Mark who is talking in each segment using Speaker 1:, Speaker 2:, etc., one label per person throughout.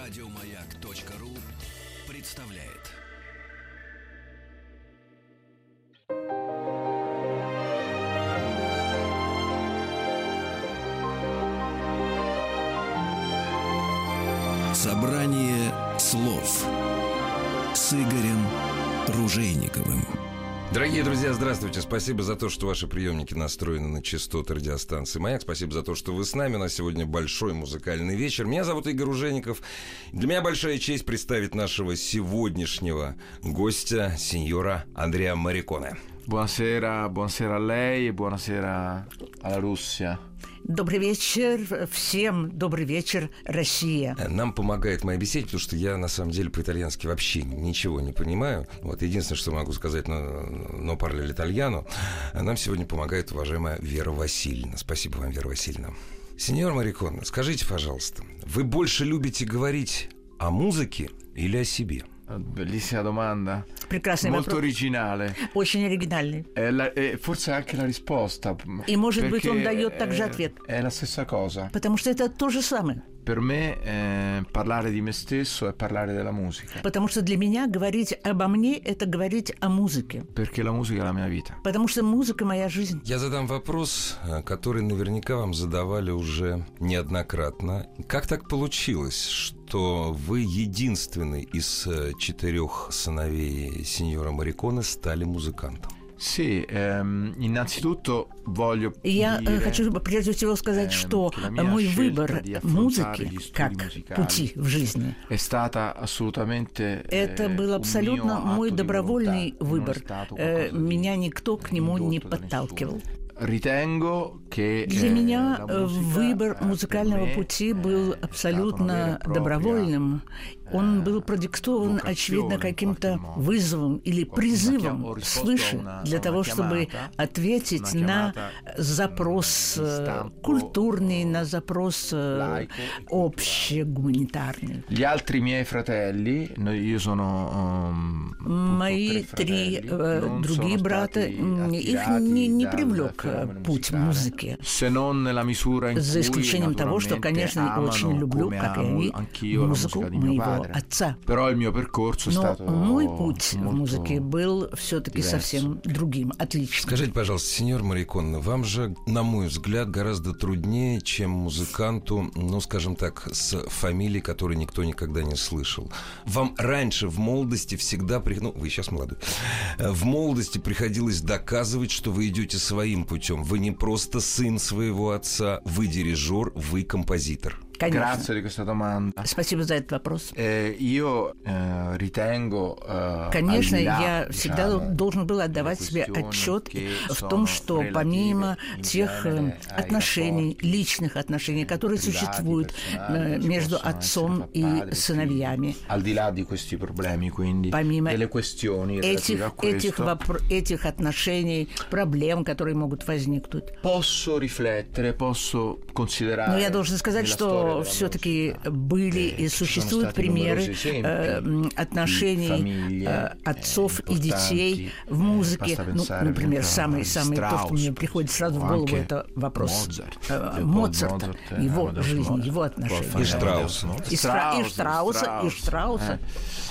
Speaker 1: Радиомаяк.ру представляет. Собрание слов с Игорем Ружейниковым.
Speaker 2: Дорогие друзья, здравствуйте. Спасибо за то, что ваши приемники настроены на частоты радиостанции «Маяк». Спасибо за то, что вы с нами. У нас сегодня большой музыкальный вечер. Меня зовут Игорь Ужеников. Для меня большая честь представить нашего сегодняшнего гостя, сеньора Андреа Мариконе.
Speaker 3: Buonasera, buonasera a lei e buonasera alla Russia.
Speaker 4: Добрый вечер всем, добрый вечер, Россия.
Speaker 2: Э, Нам помогает моя беседа, потому что я на самом деле по-итальянски вообще ничего не понимаю. Вот единственное, что могу сказать, но, но парли итальяну. Нам сегодня помогает уважаемая Вера Васильевна. Спасибо вам, Вера Васильевна. Сеньор Марикон, скажите, пожалуйста, вы больше любите говорить о музыке или о себе?
Speaker 3: Bellissima domanda,
Speaker 4: Прекрасный
Speaker 3: molto
Speaker 4: вопрос,
Speaker 3: originale.
Speaker 4: очень оригинальный.
Speaker 3: E, la- e forse anche la risposta. m-
Speaker 4: E может быть, он дает
Speaker 3: eh,
Speaker 4: также ответ.
Speaker 3: È la stessa cosa.
Speaker 4: Потому что это то же самое.
Speaker 3: Per me eh, parlare di me stesso è parlare della musica,
Speaker 4: Потому что для меня говорить обо мне – это говорить о музыке.
Speaker 3: perché la musica è la mia vita.
Speaker 4: Потому что музыка – моя жизнь.
Speaker 2: Я задам вопрос, э, который наверняка вам задавали уже неоднократно. Как так получилось, что вы единственный из э, четырех сыновей сеньора Мариконы стали музыкантом?
Speaker 3: Sì, ehm, innanzitutto voglio
Speaker 4: Я э,
Speaker 3: dire
Speaker 4: хочу прежде всего сказать,
Speaker 3: эм,
Speaker 4: что
Speaker 3: для меня
Speaker 4: мой
Speaker 3: scelta
Speaker 4: выбор
Speaker 3: di affrontare gli
Speaker 4: музыки
Speaker 3: studi
Speaker 4: как
Speaker 3: musicali
Speaker 4: пути в жизни
Speaker 3: è stata assolutamente eh,
Speaker 4: Это
Speaker 3: un
Speaker 4: был
Speaker 3: mio
Speaker 4: абсолютно
Speaker 3: atto
Speaker 4: мой
Speaker 3: di
Speaker 4: добровольный
Speaker 3: volontà, non è
Speaker 4: выбор.
Speaker 3: stato qualcosa
Speaker 4: Э,
Speaker 3: di-
Speaker 4: Меня никто к нему не
Speaker 3: indotto da
Speaker 4: подталкивал.
Speaker 3: nessuno. Ritengo che,
Speaker 4: Для
Speaker 3: eh,
Speaker 4: меня
Speaker 3: la
Speaker 4: э,
Speaker 3: musica, eh,
Speaker 4: выбор
Speaker 3: per
Speaker 4: музыкального
Speaker 3: me,
Speaker 4: пути
Speaker 3: eh, è
Speaker 4: был
Speaker 3: stata una vera e
Speaker 4: абсолютно
Speaker 3: propria
Speaker 4: добровольным. Он был продиктован,
Speaker 3: vocazione, in
Speaker 4: очевидно,
Speaker 3: qualche
Speaker 4: каким-то
Speaker 3: modo.
Speaker 4: вызовом
Speaker 3: Qualche- una
Speaker 4: или
Speaker 3: chiama- ho
Speaker 4: призывом
Speaker 3: risposto a
Speaker 4: свыше
Speaker 3: una-
Speaker 4: для
Speaker 3: una
Speaker 4: того, чтобы
Speaker 3: chiamata,
Speaker 4: ответить
Speaker 3: una
Speaker 4: на
Speaker 3: chiamata,
Speaker 4: запрос
Speaker 3: м, di
Speaker 4: э,
Speaker 3: stampo,
Speaker 4: культурный,
Speaker 3: э,
Speaker 4: на запрос э,
Speaker 3: laico e
Speaker 4: общегуманитарный.
Speaker 3: Gli altri miei fratelli, no- io sono um, appunto
Speaker 4: Мои
Speaker 3: tre
Speaker 4: три
Speaker 3: fratelli,
Speaker 4: э,
Speaker 3: non
Speaker 4: другие
Speaker 3: sono
Speaker 4: брата,
Speaker 3: stati
Speaker 4: м, их
Speaker 3: attirati
Speaker 4: не, не
Speaker 3: dal
Speaker 4: привлек э,
Speaker 3: fenomeno
Speaker 4: путь
Speaker 3: musicale,
Speaker 4: музыки.
Speaker 3: se non nella misura in
Speaker 4: За
Speaker 3: cui,
Speaker 4: исключением того, что,
Speaker 3: naturalmente,
Speaker 4: конечно, очень
Speaker 3: amano,
Speaker 4: люблю,
Speaker 3: come
Speaker 4: как и
Speaker 3: amo
Speaker 4: они,
Speaker 3: anch'io la
Speaker 4: музыку
Speaker 3: musica di mio
Speaker 4: моего
Speaker 3: padre.
Speaker 4: отца.
Speaker 3: Però il mio percorso è
Speaker 4: Но
Speaker 3: stato
Speaker 4: мой путь в
Speaker 3: molto-
Speaker 4: музыке был все-таки
Speaker 3: diverso.
Speaker 4: совсем другим, отличным.
Speaker 2: Скажите, пожалуйста, сеньор Марикон, вам же, на мой взгляд, гораздо труднее, чем музыканту, ну, скажем так, с фамилией, которую никто никогда не слышал. Вам раньше, в молодости, всегда... При... Ну, вы сейчас молодой. Э, В молодости приходилось доказывать, что вы идете своим путем. Вы не просто сын своего отца, вы дирижер, вы композитор.
Speaker 4: Конечно.
Speaker 3: Grazie di questa domanda.
Speaker 4: Спасибо за этот вопрос.
Speaker 3: Eh, io eh, ritengo... eh,
Speaker 4: Конечно,
Speaker 3: al di là,
Speaker 4: я всегда
Speaker 3: diciamo,
Speaker 4: должен был отдавать
Speaker 3: delle
Speaker 4: себе
Speaker 3: questioni
Speaker 4: отчет
Speaker 3: che
Speaker 4: в
Speaker 3: sono
Speaker 4: том, что
Speaker 3: relative
Speaker 4: помимо
Speaker 3: in
Speaker 4: тех э,
Speaker 3: genere ai
Speaker 4: отношений,
Speaker 3: rapporti,
Speaker 4: личных отношений, которые
Speaker 3: privati,
Speaker 4: существуют э,
Speaker 3: personali, che
Speaker 4: между
Speaker 3: possono
Speaker 4: отцом
Speaker 3: essere
Speaker 4: и
Speaker 3: tra padre e
Speaker 4: сыновьями,
Speaker 3: Al di là di questi problemi, quindi,
Speaker 4: Помимо
Speaker 3: delle questioni relative a
Speaker 4: этих, этих,
Speaker 3: questo,
Speaker 4: вопр- этих отношений, проблем, которые могут возникнуть.
Speaker 3: posso riflettere, posso considerare...
Speaker 4: Но Ну, я должен
Speaker 3: nella storia
Speaker 4: сказать, что
Speaker 3: della
Speaker 4: все-таки
Speaker 3: musica,
Speaker 4: были
Speaker 3: eh,
Speaker 4: и
Speaker 3: ci sono
Speaker 4: существуют
Speaker 3: stati
Speaker 4: примеры
Speaker 3: numerosi esempi
Speaker 4: э, м, отношений
Speaker 3: famiglie,
Speaker 4: э, отцов и
Speaker 3: importanti,
Speaker 4: детей в
Speaker 3: eh,
Speaker 4: музыке.
Speaker 3: basta
Speaker 4: Ну,
Speaker 3: pensare,
Speaker 4: например,
Speaker 3: appunto,
Speaker 4: самый-самый
Speaker 3: a
Speaker 4: тот, кто мне
Speaker 3: Strauss,
Speaker 4: приходит сразу в
Speaker 3: o
Speaker 4: голову,
Speaker 3: anche
Speaker 4: это вопрос
Speaker 3: Mozart,
Speaker 4: э,
Speaker 3: Leopold
Speaker 4: Мозарта,
Speaker 3: Mozart,
Speaker 4: его
Speaker 3: Amadeus
Speaker 4: жизни,
Speaker 3: Mozart,
Speaker 4: его отношения.
Speaker 2: И Штрауса.
Speaker 3: ну,
Speaker 4: И Стра- и Штрауса, и Штрауса.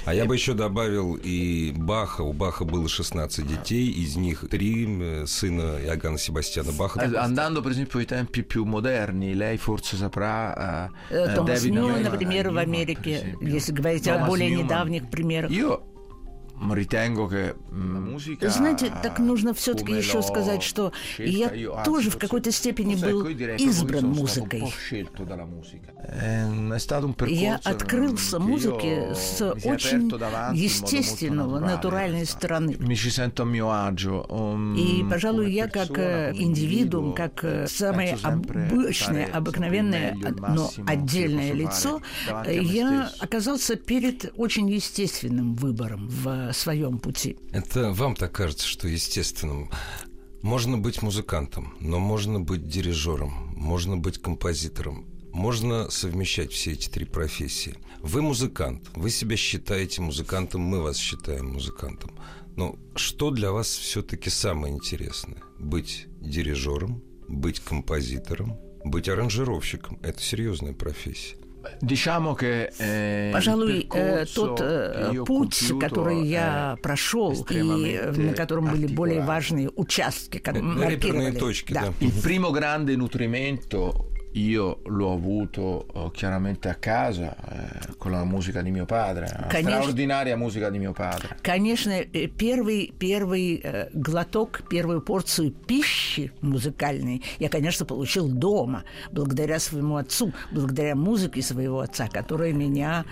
Speaker 2: А я бы еще добавил и Баха. У Баха было 16 детей, из них три э, сына Иоганна Себастьяна Баха.
Speaker 3: Eh, Andando per esempio ai tempi più moderni, lei forse saprà eh,
Speaker 4: Э,
Speaker 3: eh,
Speaker 4: Томас
Speaker 3: David
Speaker 4: Ньюман,
Speaker 3: Newman,
Speaker 4: например, в
Speaker 3: Newman, per
Speaker 4: Америке,
Speaker 3: esempio.
Speaker 4: если говорить о
Speaker 3: Thomas
Speaker 4: более
Speaker 3: Newman.
Speaker 4: недавних примерах.
Speaker 3: Io ritengo che la musica
Speaker 4: Знаете, так нужно все-таки
Speaker 3: come
Speaker 4: еще
Speaker 3: l'ho
Speaker 4: сказать, что
Speaker 3: scelta io,
Speaker 4: я
Speaker 3: anzi,
Speaker 4: тоже в
Speaker 3: forse-
Speaker 4: какой-то степени
Speaker 3: forse,
Speaker 4: был
Speaker 3: ecco, io direi proprio che
Speaker 4: избран
Speaker 3: sono stato
Speaker 4: музыкой.
Speaker 3: un po' scelto dalla musica. Ehm, è stato un percorso
Speaker 4: Я
Speaker 3: che-
Speaker 4: открылся
Speaker 3: che
Speaker 4: музыке
Speaker 3: io
Speaker 4: с
Speaker 3: mi si è
Speaker 4: очень
Speaker 3: aperto davanti in modo molto
Speaker 4: естественного,
Speaker 3: naturale,
Speaker 4: натуральной
Speaker 3: insomma.
Speaker 4: стороны.
Speaker 3: Mi ci sento a mio agio. um,
Speaker 4: И, пожалуй,
Speaker 3: come
Speaker 4: я как
Speaker 3: persona,
Speaker 4: э,
Speaker 3: come
Speaker 4: индивидуум,
Speaker 3: individuo,
Speaker 4: как
Speaker 3: eh,
Speaker 4: э, самое
Speaker 3: penso sempre fare
Speaker 4: обычное,
Speaker 3: sempre
Speaker 4: обыкновенное,
Speaker 3: meglio, il
Speaker 4: но
Speaker 3: massimo che
Speaker 4: отдельное
Speaker 3: posso fare
Speaker 4: лицо,
Speaker 3: davanti a
Speaker 4: э,
Speaker 3: me
Speaker 4: я
Speaker 3: stesso.
Speaker 4: оказался перед очень естественным выбором в э, своем пути.
Speaker 2: Это вам так кажется, что естественным. Можно быть музыкантом, но можно быть дирижером, можно быть композитором. Можно совмещать все эти три профессии. Вы музыкант, вы себя считаете музыкантом, мы вас считаем музыкантом. Но что для вас все-таки самое интересное? Быть дирижером, быть композитором, быть аранжировщиком. Это серьезная профессия.
Speaker 3: Diciamo che... eh, il
Speaker 4: Пожалуй, э,
Speaker 3: percorso
Speaker 4: тот э,
Speaker 3: che io
Speaker 4: путь,
Speaker 3: compiuto
Speaker 4: который я
Speaker 3: è
Speaker 4: прошел, и э,
Speaker 3: экстремamente
Speaker 4: на котором были более
Speaker 3: артикулярный.
Speaker 4: важные участки,
Speaker 2: Э,
Speaker 4: как
Speaker 2: Реперные
Speaker 4: маркировали.
Speaker 2: точки, да.
Speaker 3: Il primo grande nutrimento io l'ho avuto eh, chiaramente a casa eh, con la musica di mio padre, la
Speaker 4: Конечно.
Speaker 3: straordinaria musica di mio padre.
Speaker 4: Конечно, э, первый, первый э, глоток, первую порцию пищи музыкальной я, конечно, получил дома, благодаря своему отцу, благодаря музыке своего отца, которая меня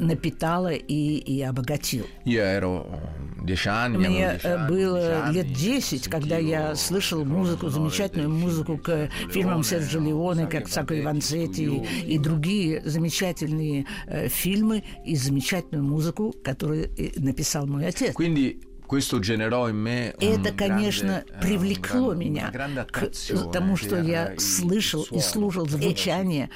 Speaker 4: напитала и, и обогатила.
Speaker 3: Io ero eh, dieci anni, avevo
Speaker 4: Мне
Speaker 3: dieci
Speaker 4: э,
Speaker 3: anni,
Speaker 4: было
Speaker 3: dieci
Speaker 4: лет
Speaker 3: anni,
Speaker 4: 10, когда я
Speaker 3: sentivo
Speaker 4: слышал
Speaker 3: le
Speaker 4: музыку,
Speaker 3: colonne sonore
Speaker 4: замечательную
Speaker 3: dei
Speaker 4: музыку
Speaker 3: film
Speaker 4: к
Speaker 3: di
Speaker 4: фильмам
Speaker 3: Sergio
Speaker 4: Серджио
Speaker 3: Leone,
Speaker 4: Леоне,
Speaker 3: Саки
Speaker 4: как «Сако и
Speaker 3: Батте,
Speaker 4: Ванцетти»
Speaker 3: Студио.
Speaker 4: и другие замечательные э, фильмы и замечательную музыку, которую э, написал мой отец.
Speaker 3: Quindi questo generò in me
Speaker 4: И это,
Speaker 3: un
Speaker 4: конечно,
Speaker 3: grande, eh,
Speaker 4: привлекло
Speaker 3: un grande-
Speaker 4: меня
Speaker 3: una grande
Speaker 4: к
Speaker 3: attrazione
Speaker 4: тому, что
Speaker 3: per
Speaker 4: я
Speaker 3: il
Speaker 4: слышал и
Speaker 3: suono.
Speaker 4: слушал звучание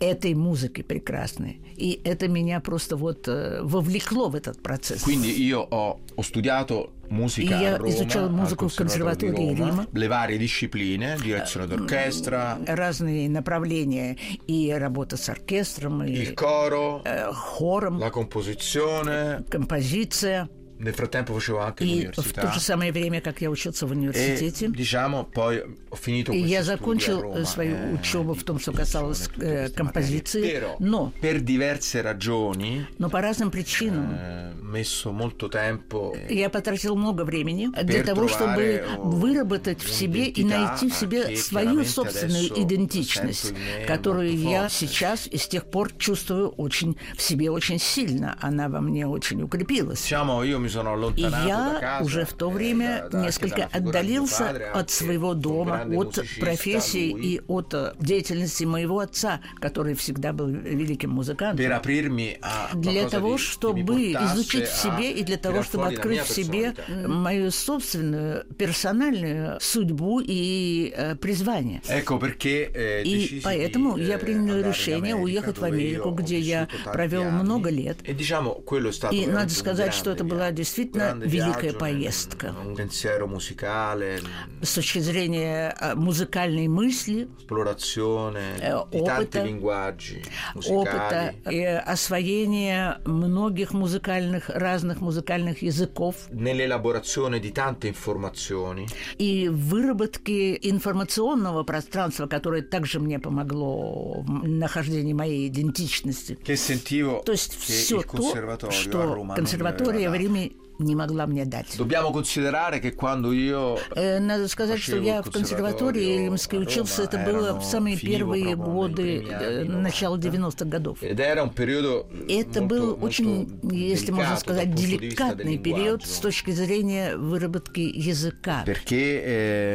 Speaker 4: этой музыки прекрасной. И это меня просто вот э, вовлекло в этот процесс.
Speaker 3: Quindi io ho, ho studiato musica
Speaker 4: E io
Speaker 3: a Roma,
Speaker 4: studiavo
Speaker 3: al
Speaker 4: musica al
Speaker 3: Conservatorio
Speaker 4: Conservatorio di Roma.
Speaker 3: le varie discipline, direzione
Speaker 4: Э,
Speaker 3: d'orchestra,
Speaker 4: разные направления и работа с оркестром,
Speaker 3: il
Speaker 4: и
Speaker 3: coro,
Speaker 4: э, хором,
Speaker 3: la composizione.
Speaker 4: композиция.
Speaker 3: Nel frattempo facevo anche
Speaker 4: И в то
Speaker 3: l'università.
Speaker 4: же самое время, как я учился в
Speaker 3: E
Speaker 4: университете,
Speaker 3: diciamo poi ho finito
Speaker 4: И
Speaker 3: questi studi
Speaker 4: я
Speaker 3: a
Speaker 4: закончил
Speaker 3: Roma,
Speaker 4: э, свою
Speaker 3: eh,
Speaker 4: учебу в том, что касалось
Speaker 3: tutte
Speaker 4: э,
Speaker 3: queste materie.
Speaker 4: композиции,
Speaker 3: Però,
Speaker 4: но,
Speaker 3: per diverse ragioni
Speaker 4: но по разным причинам
Speaker 3: eh, messo molto tempo eh,
Speaker 4: я потратил много времени для того, чтобы
Speaker 3: trovare, oh,
Speaker 4: выработать в себе и найти в
Speaker 3: identità,
Speaker 4: себе
Speaker 3: che
Speaker 4: свою
Speaker 3: chiaramente
Speaker 4: собственную
Speaker 3: adesso
Speaker 4: идентичность,
Speaker 3: sento in me
Speaker 4: которую
Speaker 3: molto
Speaker 4: я
Speaker 3: forte.
Speaker 4: сейчас и с тех пор чувствую очень в себе очень сильно. Она во мне очень укрепилась.
Speaker 3: Diciamo, io mi sono
Speaker 4: И
Speaker 3: allontanato da
Speaker 4: я
Speaker 3: casa,
Speaker 4: уже в то
Speaker 3: eh,
Speaker 4: время
Speaker 3: da- da- anche
Speaker 4: несколько
Speaker 3: dalla figura di mio
Speaker 4: отдалился
Speaker 3: padre,
Speaker 4: от
Speaker 3: anche
Speaker 4: своего
Speaker 3: un
Speaker 4: дома,
Speaker 3: grande
Speaker 4: от
Speaker 3: musicista,
Speaker 4: профессии
Speaker 3: lui,
Speaker 4: и от э, деятельности моего отца, который всегда был великим
Speaker 3: per
Speaker 4: музыкантом.
Speaker 3: aprirmi a
Speaker 4: Для
Speaker 3: qualcosa
Speaker 4: того,
Speaker 3: di- che mi
Speaker 4: чтобы
Speaker 3: portasse
Speaker 4: изучить в
Speaker 3: a
Speaker 4: себе и для того,
Speaker 3: tirar
Speaker 4: чтобы
Speaker 3: fuori la
Speaker 4: открыть
Speaker 3: mia
Speaker 4: в себе
Speaker 3: personalità.
Speaker 4: мою собственную персональную судьбу и э, призвание.
Speaker 3: Ecco perché, eh,
Speaker 4: И
Speaker 3: decisi
Speaker 4: поэтому
Speaker 3: di,
Speaker 4: я
Speaker 3: eh,
Speaker 4: принял
Speaker 3: andare in
Speaker 4: решение
Speaker 3: America,
Speaker 4: уехать в
Speaker 3: dove
Speaker 4: Америку,
Speaker 3: io ho
Speaker 4: где я
Speaker 3: vissuto tanti
Speaker 4: провел
Speaker 3: anni.
Speaker 4: много лет.
Speaker 3: E diciamo, quello è stato
Speaker 4: И надо
Speaker 3: veramente un
Speaker 4: сказать, что это
Speaker 3: grande
Speaker 4: была
Speaker 3: viaggio,
Speaker 4: действительно
Speaker 3: grande
Speaker 4: великая
Speaker 3: viaggio,
Speaker 4: поездка.
Speaker 3: Un pensiero musicale,
Speaker 4: С точки зрения э, музыкальной мысли,
Speaker 3: esplorazione
Speaker 4: Eh,
Speaker 3: di tanti
Speaker 4: опыта.
Speaker 3: linguaggi
Speaker 4: опыта,
Speaker 3: musicali.
Speaker 4: и освоения многих музыкальных, разных музыкальных языков
Speaker 3: Nell'elaborazione di tante informazioni
Speaker 4: и выработки информационного пространства, которое также мне помогло в м- нахождении моей идентичности.
Speaker 3: che sentivo
Speaker 4: То есть
Speaker 3: che
Speaker 4: все
Speaker 3: il
Speaker 4: то,
Speaker 3: conservatorio a
Speaker 4: что
Speaker 3: Roma non mi
Speaker 4: консерватория
Speaker 3: aveva
Speaker 4: в
Speaker 3: dato.
Speaker 4: Риме не могла мне дать.
Speaker 3: Dobbiamo considerare che quando io
Speaker 4: Э, Надо сказать, что
Speaker 3: Вообще
Speaker 4: я
Speaker 3: вот
Speaker 4: в консерватории
Speaker 3: консерваторию
Speaker 4: римской
Speaker 3: Рома,
Speaker 4: учился. Это
Speaker 3: Аэроно,
Speaker 4: было в самые
Speaker 3: Фиво,
Speaker 4: первые
Speaker 3: Пробоно,
Speaker 4: годы,
Speaker 3: Импремиано,
Speaker 4: э,
Speaker 3: Милан,
Speaker 4: начала
Speaker 3: да? Э, ну,
Speaker 4: 90-х годов.
Speaker 3: Ed era un periodo
Speaker 4: Это
Speaker 3: molto-
Speaker 4: был
Speaker 3: molto
Speaker 4: очень, если можно
Speaker 3: delicato dal
Speaker 4: сказать,
Speaker 3: punto di vista del
Speaker 4: деликатный период с
Speaker 3: linguaggio.
Speaker 4: точки зрения выработки языка.
Speaker 3: Perché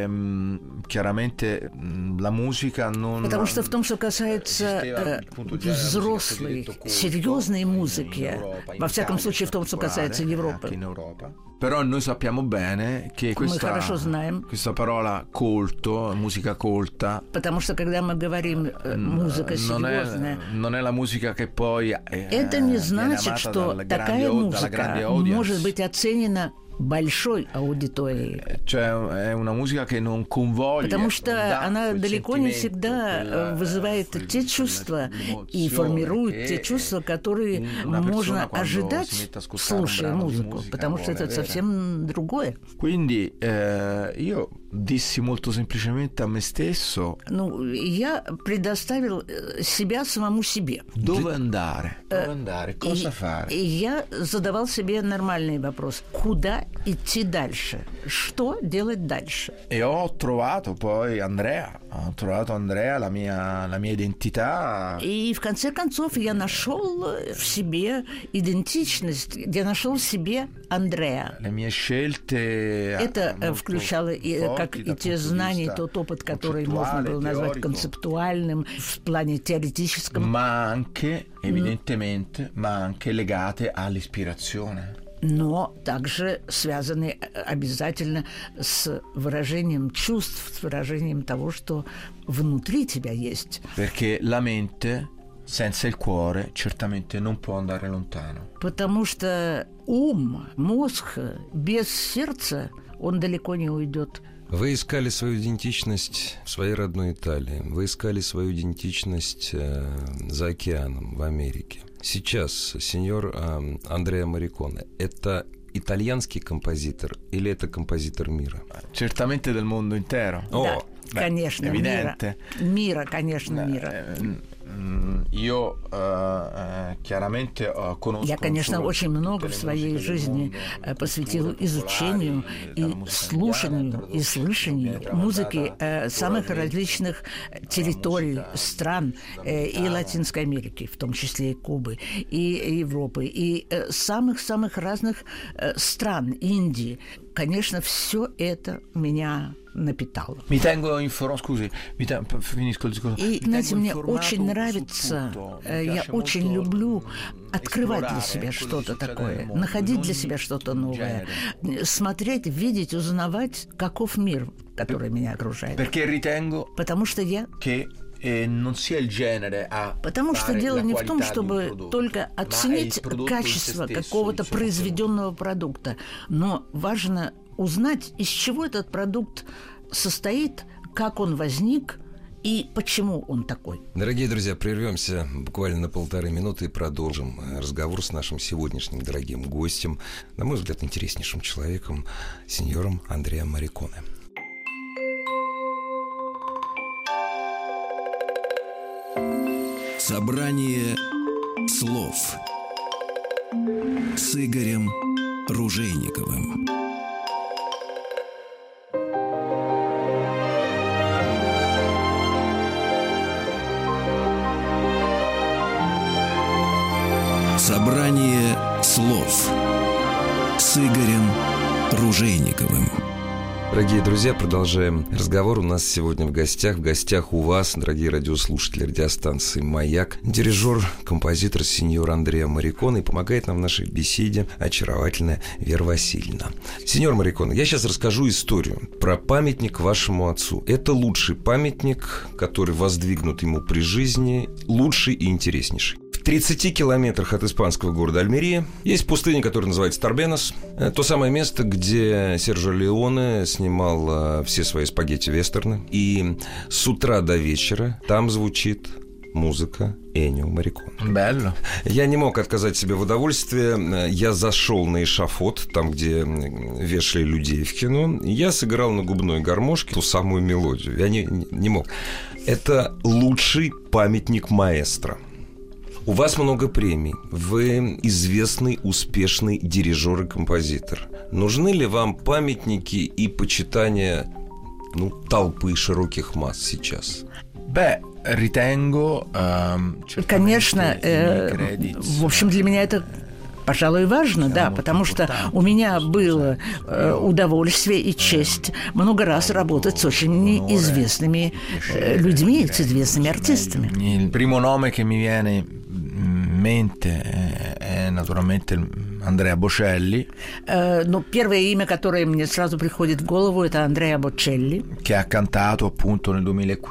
Speaker 3: ehm, chiaramente mm, la musica non...
Speaker 4: Потому что в том, что касается э, взрослой, серьезной музыки, во всяком случае в том, что касается
Speaker 3: eh,
Speaker 4: Европы,
Speaker 3: Però noi sappiamo bene che questa,
Speaker 4: хорошо знаем.
Speaker 3: questa parola colto, musica colta,
Speaker 4: потому что когда мы говорим э, музыка
Speaker 3: non è,
Speaker 4: серьезная,
Speaker 3: non è la musica che poi... eh,
Speaker 4: Это
Speaker 3: viene
Speaker 4: не значит,
Speaker 3: amata
Speaker 4: что
Speaker 3: dal grande
Speaker 4: такая
Speaker 3: au- dalla
Speaker 4: музыка
Speaker 3: grande audience.
Speaker 4: может быть оценена большой аудиторией.
Speaker 3: Э, Cioè, è una musica che non convoglie.
Speaker 4: Потому
Speaker 3: non
Speaker 4: что
Speaker 3: dà
Speaker 4: она
Speaker 3: quel
Speaker 4: далеко не
Speaker 3: sentimento,
Speaker 4: всегда
Speaker 3: quella,
Speaker 4: э,
Speaker 3: quel-
Speaker 4: вызывает те
Speaker 3: quella
Speaker 4: чувства и
Speaker 3: emozione
Speaker 4: формирует
Speaker 3: che,
Speaker 4: те чувства,
Speaker 3: eh,
Speaker 4: которые
Speaker 3: una persona
Speaker 4: можно
Speaker 3: quando si
Speaker 4: ожидать,
Speaker 3: mette a ascoltare un
Speaker 4: слушая
Speaker 3: brano di
Speaker 4: музыку,
Speaker 3: musica
Speaker 4: потому что
Speaker 3: vuole
Speaker 4: это
Speaker 3: avere.
Speaker 4: совсем другое.
Speaker 3: Quindi eh, io dissi molto semplicemente a me stesso
Speaker 4: Ну, я предоставил э, себя самому себе.
Speaker 3: dove andare, dove andare, cosa
Speaker 4: Э, И-
Speaker 3: fare.
Speaker 4: и я задавал себе нормальный вопрос. Куда идти дальше? Что делать дальше?
Speaker 3: E ho trovato poi Andrea, ho trovato Andrea, la mia, la mia identità.
Speaker 4: И в конце концов я нашел э, в себе идентичность, я нашел в себе Андрея.
Speaker 3: Le mie scelte eh,
Speaker 4: Это
Speaker 3: ну,
Speaker 4: э, включало и, э, как и те знания, и тот
Speaker 3: тот
Speaker 4: опыт, который можно было назвать концептуальным в плане теоретическом,
Speaker 3: ma anche, evidentemente, ma anche legate all'ispirazione.
Speaker 4: но также связаны э, обязательно с выражением чувств, с выражением того, что внутри тебя есть.
Speaker 3: Perché la mente senza il cuore certamente non può andare lontano.
Speaker 4: Потому что ум, мозг э, без сердца, он далеко не уйдет.
Speaker 2: Вы искали свою идентичность в своей родной Италии. Вы искали свою идентичность э, за океаном, в Америке. Сейчас сеньор э, Андреа Мариконе – это итальянский композитор или это композитор мира?
Speaker 3: Certamente del mondo intero.
Speaker 4: да,
Speaker 2: О,
Speaker 3: beh,
Speaker 4: конечно, мира.
Speaker 3: evidente.
Speaker 4: Мира, конечно, мира.
Speaker 3: Eh, mm, Io eh, eh, chiaramente ho conosco
Speaker 4: Я, конечно,
Speaker 3: solo
Speaker 4: очень
Speaker 3: tutte
Speaker 4: много
Speaker 3: le
Speaker 4: в своей
Speaker 3: musiche del
Speaker 4: жизни
Speaker 3: mondo,
Speaker 4: э, посвятил
Speaker 3: culture
Speaker 4: изучению
Speaker 3: popolari,
Speaker 4: и
Speaker 3: dalla musica
Speaker 4: слушанию
Speaker 3: italiana,
Speaker 4: и слышанию
Speaker 3: traduzione,
Speaker 4: музыки
Speaker 3: traduzione,
Speaker 4: э, самых
Speaker 3: cultura
Speaker 4: различных территорий, стран э, и Латинской Америки, в том числе и Кубы, и Европы, и э, самых-самых разных э, стран Индии. Конечно, все это меня напитало.
Speaker 3: Mi tengo informato, scusi, mi te- p- finisco il discorso.
Speaker 4: И,
Speaker 3: mi
Speaker 4: знаете,
Speaker 3: tengo
Speaker 4: мне
Speaker 3: informato
Speaker 4: очень
Speaker 3: su
Speaker 4: нравится,
Speaker 3: tutto, mi
Speaker 4: э, я
Speaker 3: piace
Speaker 4: очень
Speaker 3: molto,
Speaker 4: люблю
Speaker 3: mm,
Speaker 4: открывать для
Speaker 3: esplorare
Speaker 4: себя
Speaker 3: quello
Speaker 4: что-то
Speaker 3: che succede nel
Speaker 4: такое,
Speaker 3: mondo,
Speaker 4: находить
Speaker 3: in
Speaker 4: для
Speaker 3: ogni
Speaker 4: себя что-то
Speaker 3: genere.
Speaker 4: новое, э, смотреть, видеть, узнавать, каков мир, который меня окружает.
Speaker 3: Perché ritengo
Speaker 4: Потому что я
Speaker 3: che eh, non sia il genere a
Speaker 4: Потому что
Speaker 3: fare
Speaker 4: дело
Speaker 3: la
Speaker 4: не в том,
Speaker 3: qualità di un
Speaker 4: чтобы
Speaker 3: prodotto,
Speaker 4: только
Speaker 3: ma è il
Speaker 4: оценить
Speaker 3: prodotto in se
Speaker 4: качество
Speaker 3: stesso,
Speaker 4: какого-то
Speaker 3: diciamo.
Speaker 4: произведенного продукта, но важно узнать, из чего этот продукт состоит, как он возник и почему он такой.
Speaker 2: Дорогие друзья, прервемся буквально на полторы минуты и продолжим э, разговор с нашим сегодняшним дорогим гостем, на мой взгляд, интереснейшим человеком, сеньором Андреем Мариконе.
Speaker 1: Собрание слов с Игорем Ружейниковым. Собрание слов с Игорем Ружейниковым.
Speaker 2: Дорогие друзья, продолжаем разговор. У нас сегодня в гостях, в гостях у вас, дорогие радиослушатели радиостанции «Маяк», дирижер, композитор сеньор Андреа Марикон и помогает нам в нашей беседе очаровательная Вера Васильевна. Сеньор Марикон, я сейчас расскажу историю про памятник вашему отцу. Это лучший памятник, который воздвигнут ему при жизни, лучший и интереснейший. В 30 километрах от испанского города Альмерия есть пустыня, которая называется Торбенос. Э, То самое место, где Сержо Леоне снимал э, все свои спагетти-вестерны. И с утра до вечера там звучит музыка Энио Марикон.
Speaker 3: Bello.
Speaker 2: Я не мог отказать себе в удовольствии. Я зашел на эшафот, там, где м, вешали людей в кино. и Я сыграл на губной гармошке ту самую мелодию. Я не, не мог. Это лучший памятник маэстро. У вас много премий. Вы известный, успешный дирижер и композитор. Нужны ли вам памятники и почитание ну, толпы широких масс сейчас?
Speaker 3: Beh, ritengo... ehm, certamente
Speaker 4: Конечно,
Speaker 3: i
Speaker 4: э,
Speaker 3: credits,
Speaker 4: в общем, для меня это Пожалуй, важно, да, потому что у меня было э, удовольствие и честь много раз работать с очень известными э, людьми, с известными артистами.
Speaker 3: Il primo nome che mi viene in mente è, è naturalmente Andrea Bocelli,
Speaker 4: Э, Но первое имя, которое мне сразу приходит в голову, это Андреа Бочелли.
Speaker 3: che ha cantato appunto nel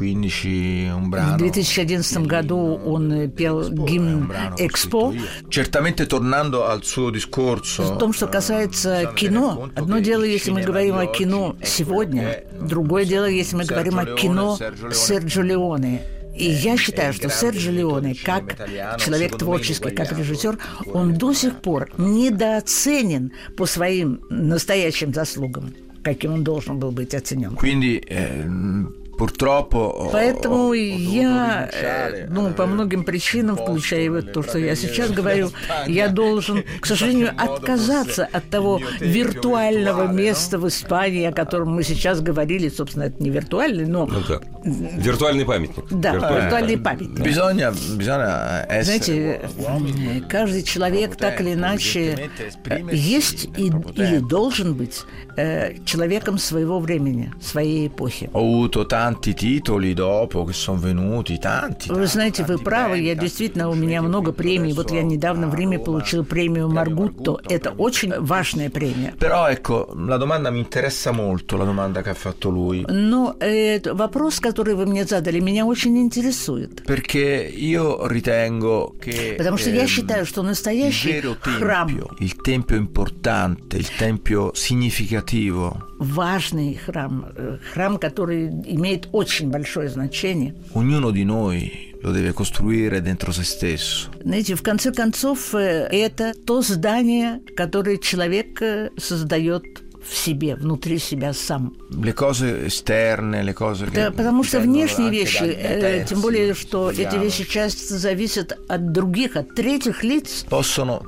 Speaker 3: 2015 un
Speaker 4: В
Speaker 3: brano.
Speaker 4: 2011 году он э, пел гимн «Экспо».
Speaker 3: Certamente tornando al suo discorso.
Speaker 4: В том, что касается кино, одно дело, если мы говорим о кино сегодня, другое дело, если мы говорим о кино Серджо Леоне. И я считаю, что Серджо Леоне, как человек творческий, как режиссер, он до сих пор недооценен по своим настоящим заслугам, каким он должен был быть оценен.
Speaker 3: Quindi ehm, purtroppo ho- ho-
Speaker 4: Поэтому
Speaker 3: ho
Speaker 4: я,
Speaker 3: dovuto
Speaker 4: э,
Speaker 3: rinunciare
Speaker 4: ну,
Speaker 3: a-
Speaker 4: по многим причинам,
Speaker 3: posto
Speaker 4: включая вот
Speaker 3: nelle
Speaker 4: то, что я
Speaker 3: praterie
Speaker 4: сейчас
Speaker 3: della
Speaker 4: говорю,
Speaker 3: Spagna,
Speaker 4: я должен,
Speaker 3: che
Speaker 4: к сожалению,
Speaker 3: in qualche modo
Speaker 4: отказаться
Speaker 3: fosse
Speaker 4: от того
Speaker 3: il mio tempio
Speaker 4: виртуального
Speaker 3: virtuale,
Speaker 4: места в Испании, о котором мы сейчас говорили. Собственно, это не виртуальный, но...
Speaker 2: Ну да. Виртуальный памятник.
Speaker 4: Да, виртуальный
Speaker 2: памятник.
Speaker 4: памятник.
Speaker 3: Bisogna, bisogna essere
Speaker 4: Знаете, э, каждый человек так или иначе э, есть и, или должен быть э, человеком своего времени, своей эпохи.
Speaker 3: Ho avuto tanti titoli dopo che sono venuti, tanti.
Speaker 4: Вы
Speaker 3: tanti,
Speaker 4: знаете, вы
Speaker 3: tanti
Speaker 4: правы,
Speaker 3: premi,
Speaker 4: я
Speaker 3: tanti
Speaker 4: действительно, у
Speaker 3: riconoscimenti.
Speaker 4: меня много
Speaker 3: Quindi
Speaker 4: премий. Вот я
Speaker 3: adesso
Speaker 4: недавно в
Speaker 3: a
Speaker 4: Риме
Speaker 3: Roma
Speaker 4: получил
Speaker 3: премию
Speaker 4: премию Маргутто.
Speaker 3: Маргутто,
Speaker 4: Это
Speaker 3: премию
Speaker 4: очень важная премия.
Speaker 3: Però ecco, la domanda mi interessa molto, la domanda che ha fatto lui.
Speaker 4: Но э, т- вопрос, который вы мне задали, меня очень интересует.
Speaker 3: Perché io ritengo che...
Speaker 4: Потому что я
Speaker 3: ehm,
Speaker 4: считаю, что
Speaker 3: il
Speaker 4: настоящий
Speaker 3: vero
Speaker 4: храм,
Speaker 3: tempio, il tempio importante, il tempio significativo
Speaker 4: важный храм, э, храм, который имеет очень большое значение.
Speaker 3: Ognuno di noi lo deve costruire dentro se stesso.
Speaker 4: Знаете, в конце концов, э, это то здание, которое человек э, создает в себе, внутри себя сам.
Speaker 3: Le cose esterne, le cose che
Speaker 4: Да, потому что
Speaker 3: dipendono
Speaker 4: внешние
Speaker 3: anche
Speaker 4: вещи,
Speaker 3: da- da
Speaker 4: э,
Speaker 3: terzi,
Speaker 4: тем более, что эти
Speaker 3: vogliamo,
Speaker 4: вещи часто зависят от других, от третьих лиц,
Speaker 3: Possono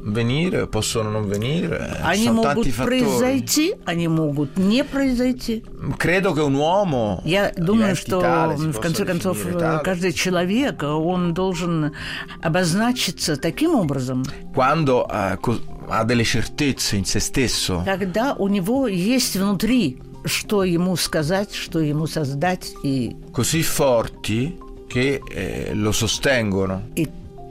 Speaker 3: venire, possono non venire, eh,
Speaker 4: они
Speaker 3: sono
Speaker 4: могут
Speaker 3: tanti fattori.
Speaker 4: произойти, они могут не произойти.
Speaker 3: Credo che un uomo
Speaker 4: Я думаю,
Speaker 3: diventi
Speaker 4: что
Speaker 3: tale, si
Speaker 4: в
Speaker 3: possa
Speaker 4: конце концов
Speaker 3: definire
Speaker 4: э,
Speaker 3: tale,
Speaker 4: каждый человек, э, он должен обозначиться таким образом,
Speaker 3: quando eh, co- ha delle certezze in se stesso.
Speaker 4: когда у него есть внутри, что ему сказать, что ему создать, и,
Speaker 3: così forti che eh, lo sostengono.
Speaker 4: и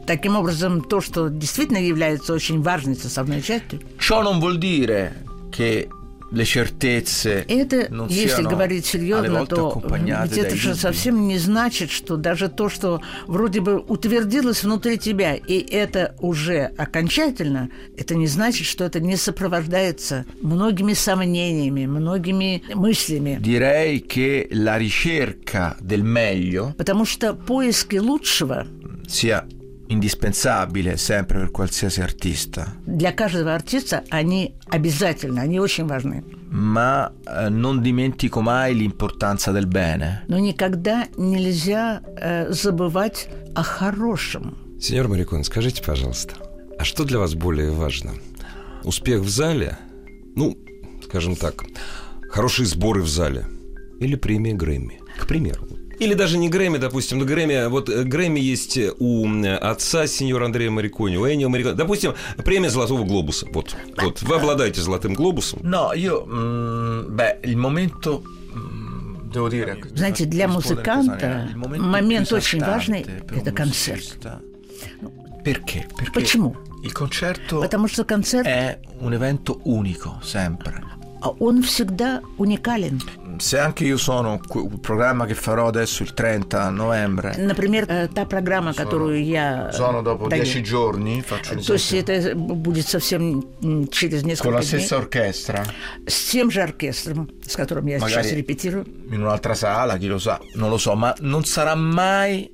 Speaker 4: таким образом то, что действительно является очень важной составной частью.
Speaker 3: Ciò non vuol dire che le certezze
Speaker 4: И это,
Speaker 3: non
Speaker 4: если
Speaker 3: siano
Speaker 4: говорить
Speaker 3: alle
Speaker 4: серьезно,
Speaker 3: volte
Speaker 4: то
Speaker 3: accompagnate
Speaker 4: ведь это
Speaker 3: dai
Speaker 4: же
Speaker 3: dubbi.
Speaker 4: совсем не значит, что даже то, что вроде бы утвердилось внутри тебя, и это уже окончательно, это не значит, что это не сопровождается многими сомнениями, многими мыслями.
Speaker 3: Direi che la ricerca del meglio
Speaker 4: Потому что поиски лучшего
Speaker 3: sia indispensabile sempre per qualsiasi artista,
Speaker 4: для каждого артиста, они обязательно, они очень важны.
Speaker 3: ma eh, non dimentico mai l'importanza del bene.
Speaker 4: Но никогда нельзя э, забывать о хорошем.
Speaker 2: Сеньор Марикон, скажите, пожалуйста, а что для вас более важно? Успех в зале? Ну, скажем так, хорошие сборы в зале? Или премия Грэмми, к примеру? Или даже не Грэмми, допустим, но Грэмми, вот э, Грэмми есть э, у м, отца сеньора Андрея Марикони, у Энио Марикони. Допустим, премия Золотого Глобуса, вот, вот, вы обладаете Золотым Глобусом.
Speaker 3: No, io, mm, beh, il momento... mm, Devo dire,
Speaker 4: Знаете, для музыканта
Speaker 3: Il
Speaker 4: момент
Speaker 3: più
Speaker 4: очень важный
Speaker 3: esaltante per
Speaker 4: это
Speaker 3: un
Speaker 4: концерт.
Speaker 3: musicista. Perché? Perché
Speaker 4: Почему?
Speaker 3: il concerto
Speaker 4: Потому что концерт,
Speaker 3: è un evento unico, sempre.
Speaker 4: а он всегда уникален.
Speaker 3: Se anche io sono que- un programma che farò adesso il 30 novembre,
Speaker 4: Например, э, та программа, которую я... э,
Speaker 3: sono dopo
Speaker 4: даю.
Speaker 3: 10 giorni, faccio un
Speaker 4: То есть
Speaker 3: esempio,
Speaker 4: это будет совсем м, через
Speaker 3: con la
Speaker 4: несколько дней.
Speaker 3: stessa orchestra,
Speaker 4: С тем же оркестром, с которым я
Speaker 3: Magari-
Speaker 4: сейчас репетирую.
Speaker 3: in un'altra sala, chi lo sa, non lo so, ma non sarà mai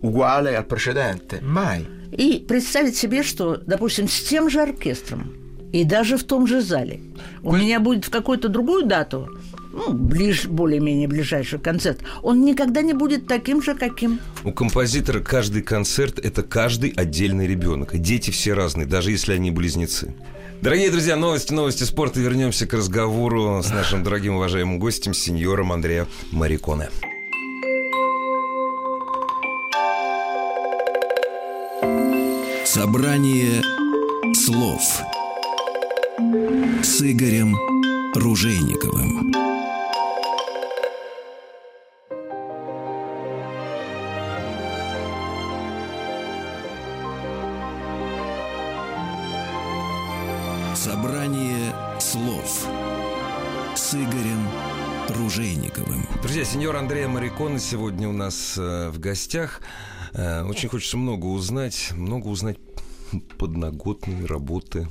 Speaker 3: uguale al precedente, mai.
Speaker 4: И представить себе, что, допустим, с тем же оркестром и даже в том же зале у меня будет в какую-то другую дату, ну, ближ, более-менее ближайший концерт, он никогда не будет таким же, каким
Speaker 2: У композитора каждый концерт – это каждый отдельный ребенок. И дети все разные, даже если они близнецы. Дорогие друзья, новости, новости спорта. Вернемся к разговору с нашим дорогим уважаемым гостем, сеньором Андреем Мариконе.
Speaker 1: Собрание слов с Игорем Ружейниковым. Собрание слов с Игорем Ружейниковым.
Speaker 2: Друзья, сеньор Андрей Мариконе сегодня у нас э, в гостях. Э, очень хочется много узнать, много узнать подноготной работы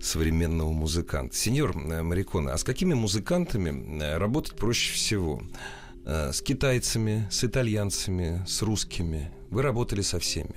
Speaker 2: современного музыканта. Сеньор э, Мариконе, а с какими музыкантами э, работать проще всего? Э, с китайцами, с итальянцами, с русскими? Вы работали со всеми.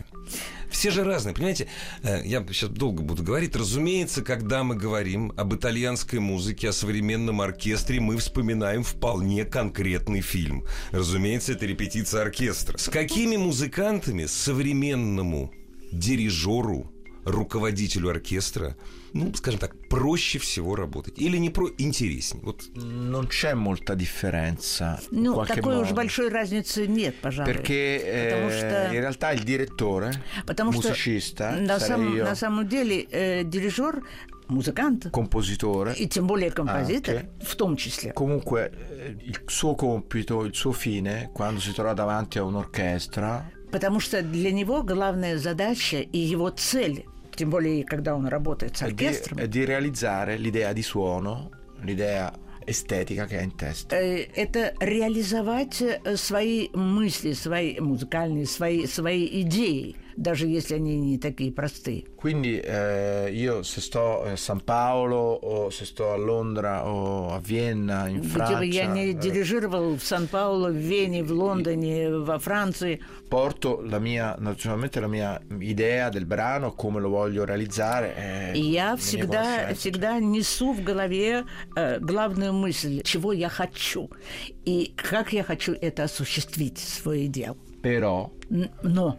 Speaker 2: Все же разные, понимаете? Э, Я сейчас долго буду говорить. Разумеется, когда мы говорим об итальянской музыке, о современном оркестре, мы вспоминаем вполне конкретный фильм. Разумеется, это репетиция оркестра. С какими музыкантами современному дирижеру, руководителю оркестра, ну, скажем так, проще всего работать? Или не про интереснее? Вот
Speaker 3: Non c'è molta differenza. in
Speaker 4: Ну,
Speaker 3: qualche
Speaker 4: такой уж
Speaker 3: modo.
Speaker 4: большой разницы нет, пожалуй.
Speaker 3: Perché
Speaker 4: Потому
Speaker 3: eh,
Speaker 4: что-
Speaker 3: in realtà il direttore,
Speaker 4: Потому что
Speaker 3: musicista,
Speaker 4: на,
Speaker 3: sarei
Speaker 4: самом-
Speaker 3: io,
Speaker 4: на самом деле э, дирижер, музыкант,
Speaker 3: compositore,
Speaker 4: и тем более композитор,
Speaker 3: Anche.
Speaker 4: в том числе.
Speaker 3: comunque eh, il suo compito, il suo fine, quando si trova davanti a un'orchestra,
Speaker 4: Потому что для него главная задача и его цель, тем более, когда он работает с
Speaker 3: è di,
Speaker 4: оркестром,
Speaker 3: è di realizzare l'idea di suono, l'idea estetica che ha in testa.
Speaker 4: э, это реализовать э, свои мысли, свои музыкальные, свои, свои идеи. даже если они не такие простые.
Speaker 3: Quindi eh, io se sto a San Paolo o se sto a Londra o a Vienna, in
Speaker 4: Где
Speaker 3: Francia,
Speaker 4: бы я не
Speaker 3: eh,
Speaker 4: дирижировал в Сан-Паулу, в Вене, в Лондоне, во Франции,
Speaker 3: porto la mia, naturalmente la mia idea del brano, come lo voglio realizzare. eh,
Speaker 4: И я
Speaker 3: mi posso
Speaker 4: всегда,
Speaker 3: essere.
Speaker 4: всегда несу в голове э, главную мысль, чего я хочу и как я хочу это осуществить, свое дело.
Speaker 3: Però
Speaker 4: Н- Но,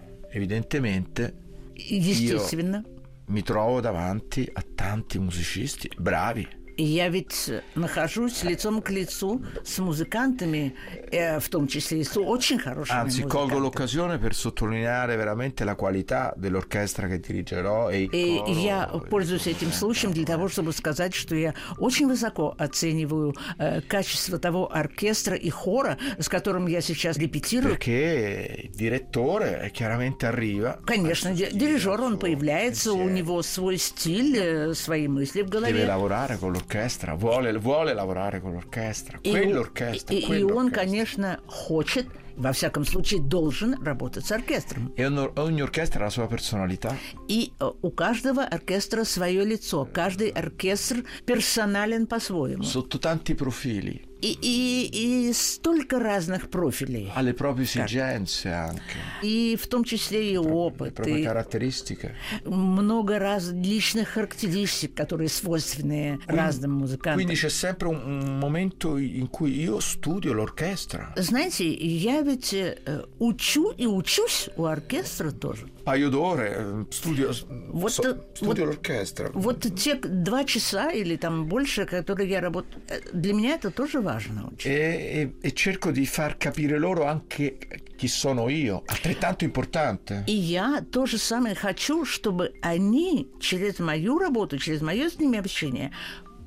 Speaker 3: evidentemente
Speaker 4: естественно,
Speaker 3: mi trovo davanti a tanti musicisti bravi.
Speaker 4: я ведь нахожусь лицом к лицу с музыкантами, э, в том числе и с очень хорошими
Speaker 3: Anzi, colgo
Speaker 4: музыкантами.
Speaker 3: l'occasione per sottolineare veramente la qualità dell'orchestra che dirigerò e il
Speaker 4: И
Speaker 3: coro.
Speaker 4: я пользуюсь этим случаем для того, чтобы сказать, что я очень высоко оцениваю э, качество того оркестра и хора, с которым я сейчас репетирую,
Speaker 3: Perché il direttore eh, chiaramente arriva.
Speaker 4: Конечно, ди- дирижер, он появляется, у него свой стиль, э, свои мысли в
Speaker 3: Deve
Speaker 4: голове.
Speaker 3: lavorare con l'orchestra, vuole, vuole lavorare con l'orchestra,
Speaker 4: И, он-
Speaker 3: quell'orchestra,
Speaker 4: и- и он,
Speaker 3: quell'orchestra.
Speaker 4: конечно, хочет, во всяком случае, должен работать с оркестром.
Speaker 3: E ogni, ogni orchestra ha la sua personalità.
Speaker 4: И э, у каждого оркестра свое лицо, каждый оркестр персонален по-своему.
Speaker 3: Sotto tanti profili,
Speaker 4: И, и- и столько разных профилей,
Speaker 3: ha le proprie esigenze anche,
Speaker 4: и в том числе и
Speaker 3: le
Speaker 4: опыт,
Speaker 3: proprie
Speaker 4: и
Speaker 3: caratteristiche.
Speaker 4: много различных характеристик, которые свойственны разным музыкантам.
Speaker 3: Quindi c'è sempre un, un momento in cui io studio l'orchestra.
Speaker 4: Знаете, я ведь э, учу и учусь у оркестра тоже.
Speaker 3: Un paio d'ore eh, studio,
Speaker 4: Вот,
Speaker 3: so-
Speaker 4: э,
Speaker 3: studio
Speaker 4: вот-
Speaker 3: l'orchestra.
Speaker 4: Вот те два часа или там больше, которые я работаю, э, для меня это тоже важно очень.
Speaker 3: E, e- e cerco di far capire loro anche chi sono io, altrettanto importante.
Speaker 4: И я то же самое хочу, чтобы они через мою работу, через мое с ними общение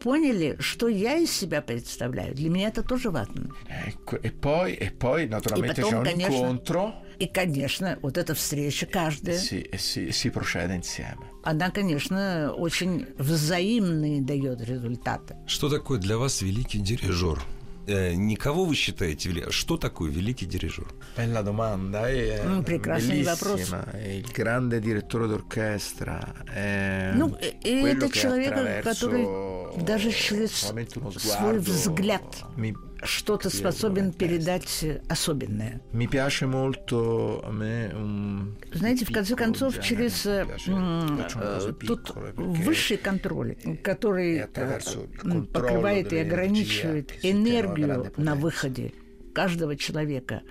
Speaker 4: поняли, что я из себя представляю. Для меня это тоже важно.
Speaker 3: Ecco, e, poi, e poi naturalmente
Speaker 4: Ipaton,
Speaker 3: c'è un
Speaker 4: конечно.
Speaker 3: incontro
Speaker 4: И, конечно, вот эта встреча
Speaker 3: e
Speaker 4: каждая,
Speaker 3: si, e si- e si procede insieme.
Speaker 4: она, конечно, очень взаимные дает результаты.
Speaker 2: Что такое для вас великий дирижер? Э, Никого вы считаете вели- Что такое великий дирижер?
Speaker 3: Bella domanda, è
Speaker 4: Mm, prekrasny
Speaker 3: bellissima. È il grande direttore d'orchestra. È
Speaker 4: Ну, э, э,
Speaker 3: quello
Speaker 4: это
Speaker 3: che
Speaker 4: человек,
Speaker 3: attraverso
Speaker 4: который даже через
Speaker 3: solamente uno
Speaker 4: свой
Speaker 3: sguardo
Speaker 4: взгляд
Speaker 3: mi-
Speaker 4: что-то
Speaker 3: Sì,
Speaker 4: способен
Speaker 3: veramente.
Speaker 4: передать э, особенное.
Speaker 3: Mi piace molto a me un...
Speaker 4: Знаете, в конце концов, через э, м, э, тот
Speaker 3: тут
Speaker 4: высший контроль, который
Speaker 3: это verso il
Speaker 4: э,
Speaker 3: controllo
Speaker 4: покрывает и
Speaker 3: dell'energia
Speaker 4: ограничивает
Speaker 3: che si tiene alla grande
Speaker 4: энергию на
Speaker 3: potenza.
Speaker 4: выходе каждого человека,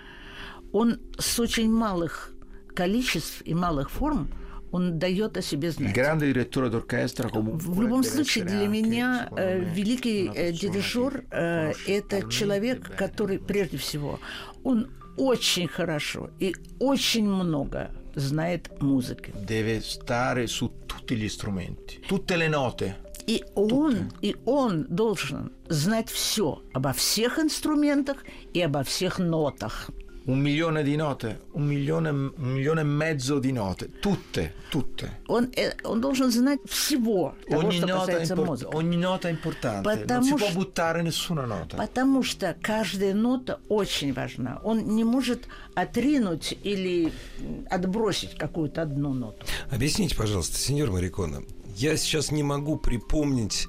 Speaker 4: он с очень малых количеств и малых форм он дает о себе
Speaker 3: Il
Speaker 4: знать.
Speaker 3: grande direttore d'orchestra comunque
Speaker 4: В любом
Speaker 3: deve
Speaker 4: случае,
Speaker 3: essere
Speaker 4: для
Speaker 3: anche,
Speaker 4: меня
Speaker 3: secondo
Speaker 4: э,
Speaker 3: me,
Speaker 4: великий
Speaker 3: una
Speaker 4: э,
Speaker 3: persona
Speaker 4: дирижер
Speaker 3: che
Speaker 4: э,
Speaker 3: conosce
Speaker 4: это
Speaker 3: talmente
Speaker 4: человек,
Speaker 3: bene
Speaker 4: который,
Speaker 3: quello
Speaker 4: прежде всего, он очень хорошо и очень много знает музыки.
Speaker 3: che Deve stare su tutti gli strumenti, tutte le note.
Speaker 4: И он, и он должен знать все обо всех инструментах и обо всех нотах.
Speaker 3: Un milione di note, un milione, un milione e mezzo di note, tutte, tutte.
Speaker 4: Он, э, он должен знать всего того,
Speaker 3: Ogni
Speaker 4: что
Speaker 3: nota, è
Speaker 4: касается
Speaker 3: import-
Speaker 4: музыки.
Speaker 3: ogni nota è importante, non
Speaker 4: Потому
Speaker 3: si può
Speaker 4: что-
Speaker 3: buttare nessuna nota.
Speaker 4: Потому что каждая нота очень важна. Он не может отринуть или м, отбросить какую-то одну ноту.
Speaker 2: Объясните, пожалуйста, сеньор Марикона, я сейчас не могу припомнить,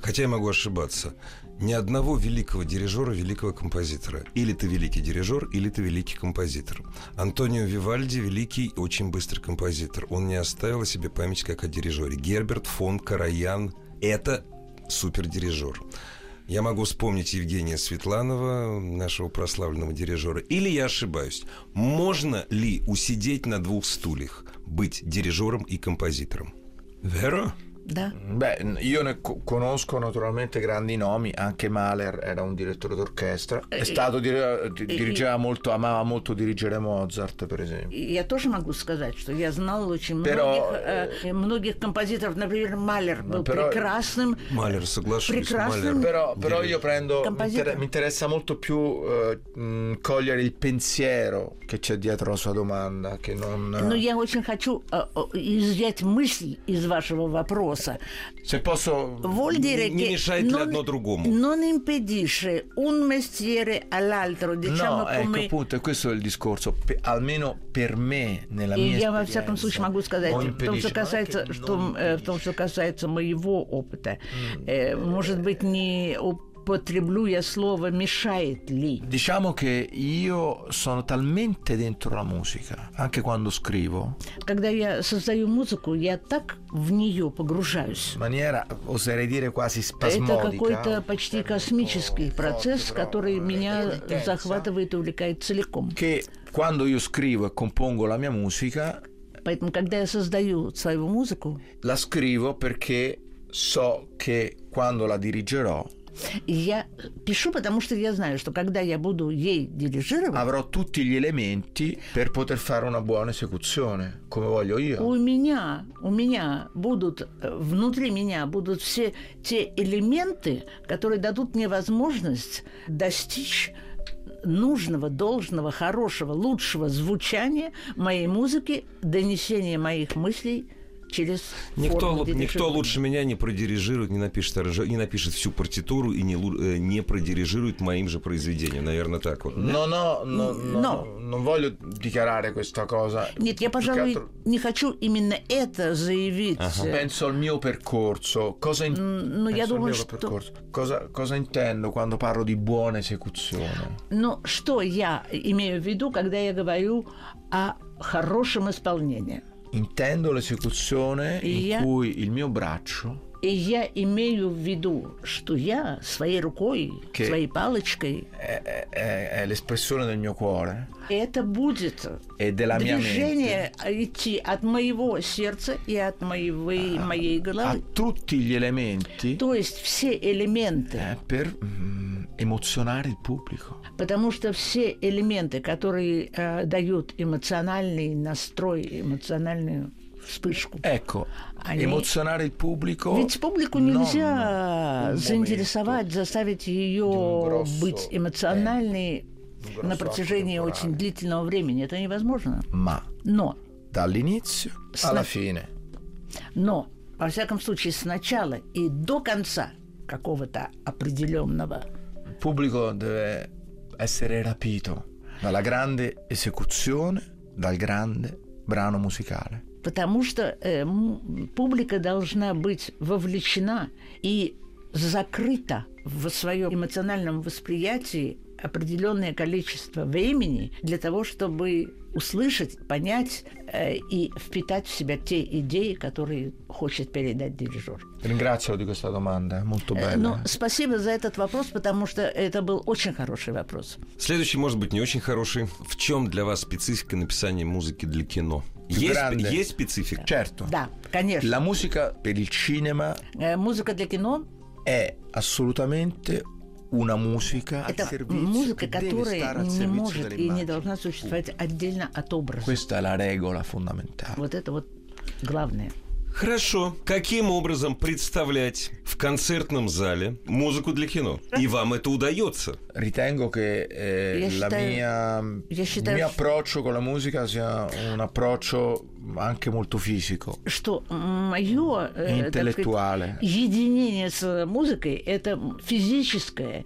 Speaker 2: хотя я могу ошибаться, ни одного великого дирижера, великого композитора. Или ты великий дирижер, или ты великий композитор. Антонио Вивальди – великий и очень быстрый композитор. Он не оставил о себе память как о дирижере. Герберт фон Караян – это супердирижер. Я могу вспомнить Евгения Светланова, нашего прославленного дирижера. Или я ошибаюсь. Можно ли усидеть на двух стульях, быть дирижером и композитором? Вера?
Speaker 4: Да.
Speaker 3: Beh, n- io ne co- conosco naturalmente grandi nomi, anche Mahler era un direttore d'orchestra, è stato dire- di- dirigeva molto, amava molto dirigere Mozart, per esempio.
Speaker 4: И Я тоже могу сказать, что я знал очень многих,
Speaker 3: Pero,
Speaker 4: э, многих композиторов. Например, Малер
Speaker 2: ну,
Speaker 4: был
Speaker 3: pero-
Speaker 4: прекрасным.
Speaker 2: Малер, соглашусь.
Speaker 4: Прекрасный
Speaker 2: Малер.
Speaker 3: Però, però io prendo, mi,
Speaker 4: Compositore.
Speaker 3: inter- mi interessa molto più eh, mh, cogliere il pensiero che c'è dietro la sua domanda, che non...
Speaker 4: Но я очень хочу э, э, изъять мысль из вашего вопроса.
Speaker 3: Se posso...
Speaker 4: Vuol dire
Speaker 2: Не
Speaker 4: che
Speaker 2: мешает ли одно другому?
Speaker 4: non impedisce un mestiere all'altro, diciamo
Speaker 3: no, ecco
Speaker 4: come
Speaker 3: appunto, questo è il discorso. Pe- almeno per me, nella
Speaker 4: И
Speaker 3: mia
Speaker 4: я во
Speaker 3: esperienza,
Speaker 4: всяком случае могу сказать,
Speaker 3: non
Speaker 4: в том,
Speaker 3: impedisce,
Speaker 4: что касается,
Speaker 3: non è che
Speaker 4: что,
Speaker 3: non
Speaker 4: э, в том, что касается моего опыта, э, может быть, не употреблю я слово «мешает ли».
Speaker 3: Diciamo che io sono talmente dentro la musica, anche quando scrivo,
Speaker 4: Когда я создаю музыку, я так в нее погружаюсь.
Speaker 3: in maniera, oserei dire, quasi
Speaker 4: Это
Speaker 3: spasmodica.
Speaker 4: какой-то почти космический процесс, который меня захватывает и увлекает целиком.
Speaker 3: Che quando io scrivo e compongo la mia musica,
Speaker 4: Поэтому, когда я создаю свою музыку,
Speaker 3: la scrivo perché so che quando la dirigerò
Speaker 4: я пишу, потому что я знаю, что когда я буду ей дирижировать,
Speaker 3: avrò tutti gli elementi per poter fare una buona esecuzione, come voglio io.
Speaker 4: У меня, у меня будут, э, внутри меня будут все те элементы, которые дадут мне возможность достичь нужного, должного, хорошего, лучшего звучания моей музыки, донесения моих мыслей через
Speaker 2: Никто,
Speaker 4: форму
Speaker 2: лу- никто
Speaker 4: дирижирования.
Speaker 2: лучше меня не продирижирует, не напишет, аранж- не напишет всю партитуру и не, лу- э, не продирижирует моим же произведением. Наверное, так вот.
Speaker 3: No, no, no, no,
Speaker 4: No.
Speaker 3: non voglio dichiarare questa cosa.
Speaker 4: Нет, я,
Speaker 3: Più che
Speaker 4: пожалуй,
Speaker 3: altro
Speaker 4: не хочу именно это заявить. Э,
Speaker 3: Penso al mio percorso, cosa, in-
Speaker 4: М, ну, я
Speaker 3: penso al
Speaker 4: думаю,
Speaker 3: mio
Speaker 4: что-
Speaker 3: percorso. Cosa, cosa intendo quando parlo di buona esecuzione?
Speaker 4: Но что я имею в виду, когда я говорю о хорошем исполнении?
Speaker 3: Intendo l'esecuzione
Speaker 4: Ia-
Speaker 3: in cui il mio braccio
Speaker 4: И я имею в виду, что я своей рукой,
Speaker 3: Ке-
Speaker 4: своей палочкой,
Speaker 3: è, è- è- è l'espressione del mio cuore
Speaker 4: это будет
Speaker 3: e della mia mente.
Speaker 4: движение идти от моего сердца и от моего, моей
Speaker 3: Ha
Speaker 4: головы.
Speaker 3: tutti gli elementi
Speaker 4: То есть все элементы,
Speaker 3: eh, per mm, emozionare il pubblico.
Speaker 4: потому что все элементы, которые э, дают эмоциональный настрой, эмоциональную вспышку.
Speaker 3: Ecco,
Speaker 4: Ani-
Speaker 3: emozionare il pubblico.
Speaker 4: Ведь публику
Speaker 3: non
Speaker 4: нельзя
Speaker 3: un
Speaker 4: заинтересовать, заставить ее
Speaker 3: Дюнгроссо,
Speaker 4: быть эмоциональной
Speaker 3: Дюнгроссо
Speaker 4: на протяжении
Speaker 3: contemporaneo.
Speaker 4: очень длительного времени. Это невозможно.
Speaker 3: Ma
Speaker 4: Но,
Speaker 3: dall'inizio
Speaker 4: Sna-
Speaker 3: alla fine.
Speaker 4: но, во всяком случае, с начала и до конца какого-то определенного
Speaker 3: Il pubblico deve essere rapito dalla grande esecuzione, dal grande brano musicale.
Speaker 4: Потому что э, м, публика должна быть вовлечена и закрыта в своем эмоциональном восприятии определенное количество времени для того, чтобы услышать, понять э, и впитать в себя те идеи, которые хочет передать дирижер.
Speaker 3: Ringrazio di questa domanda, è molto
Speaker 4: Э,
Speaker 3: bella. eh.
Speaker 4: ну, спасибо за этот вопрос, потому что это был очень хороший вопрос.
Speaker 2: Следующий, может быть, не очень хороший. В чем для вас специфика написания музыки для кино? Есть,
Speaker 3: Гранде.
Speaker 2: есть специфика?
Speaker 3: Certo,
Speaker 4: Да, конечно.
Speaker 3: la musica per il cinema
Speaker 4: Э, музыка для кино
Speaker 3: è assolutamente una musica al
Speaker 4: Это
Speaker 3: servizio,
Speaker 4: музыка,
Speaker 3: che deve stare
Speaker 4: которая
Speaker 3: al
Speaker 4: не
Speaker 3: servizio
Speaker 4: может
Speaker 3: delle
Speaker 4: и не
Speaker 3: immagini.
Speaker 4: должна существовать отдельно от образа.
Speaker 3: Questa è la regola fondamentale.
Speaker 4: Вот это вот главное.
Speaker 2: Хорошо. Каким образом представлять в концертном зале музыку для кино? И вам это удается?
Speaker 3: Ritengo che eh,
Speaker 4: Io
Speaker 3: la
Speaker 4: считаю-
Speaker 3: mia,
Speaker 4: io
Speaker 3: il
Speaker 4: считаю-
Speaker 3: mio approccio con la musica sia un approccio anche molto fisico.
Speaker 4: Что мое
Speaker 3: Интеллектуале.
Speaker 4: единение с музыкой это физическое,